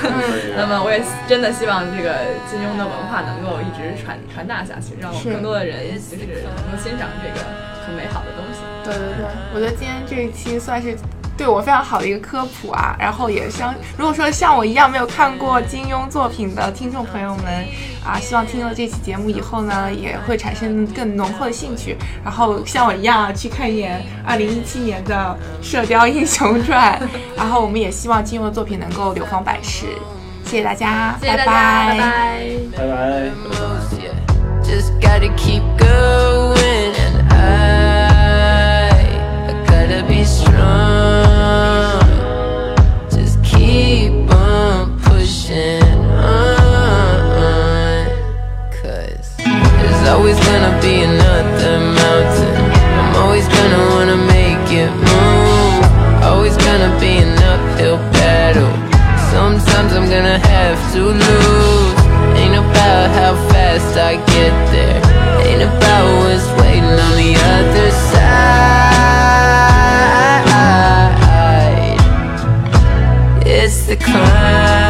Speaker 2: 那么我也真的希望这个金庸的文化能够一直传传达下去，让我们
Speaker 3: 是
Speaker 2: 更多的人就是能够欣赏这个很美好的东西。
Speaker 3: 对对对，我觉得今天这一期算是对我非常好的一个科普啊，然后也相如果说像我一样没有看过金庸作品的听众朋友们啊，希望听了这期节目以后呢，也会产生更浓厚的兴趣，然后像我一样啊去看一眼二零一七年的《射雕英雄传》，然后我们也希望金庸的作品能够流芳百世，谢谢大家，
Speaker 8: 谢谢大家，拜拜
Speaker 5: 拜拜。
Speaker 8: most, yeah. Just gotta keep going, and I, I gotta be strong. Just keep on pushing on, cause there's always gonna be another mountain. I'm always gonna wanna make it move, always gonna be an uphill battle. Sometimes I'm gonna have to lose. Ain't about how fast I get there. Ain't about what's waiting on the other side. It's the climb.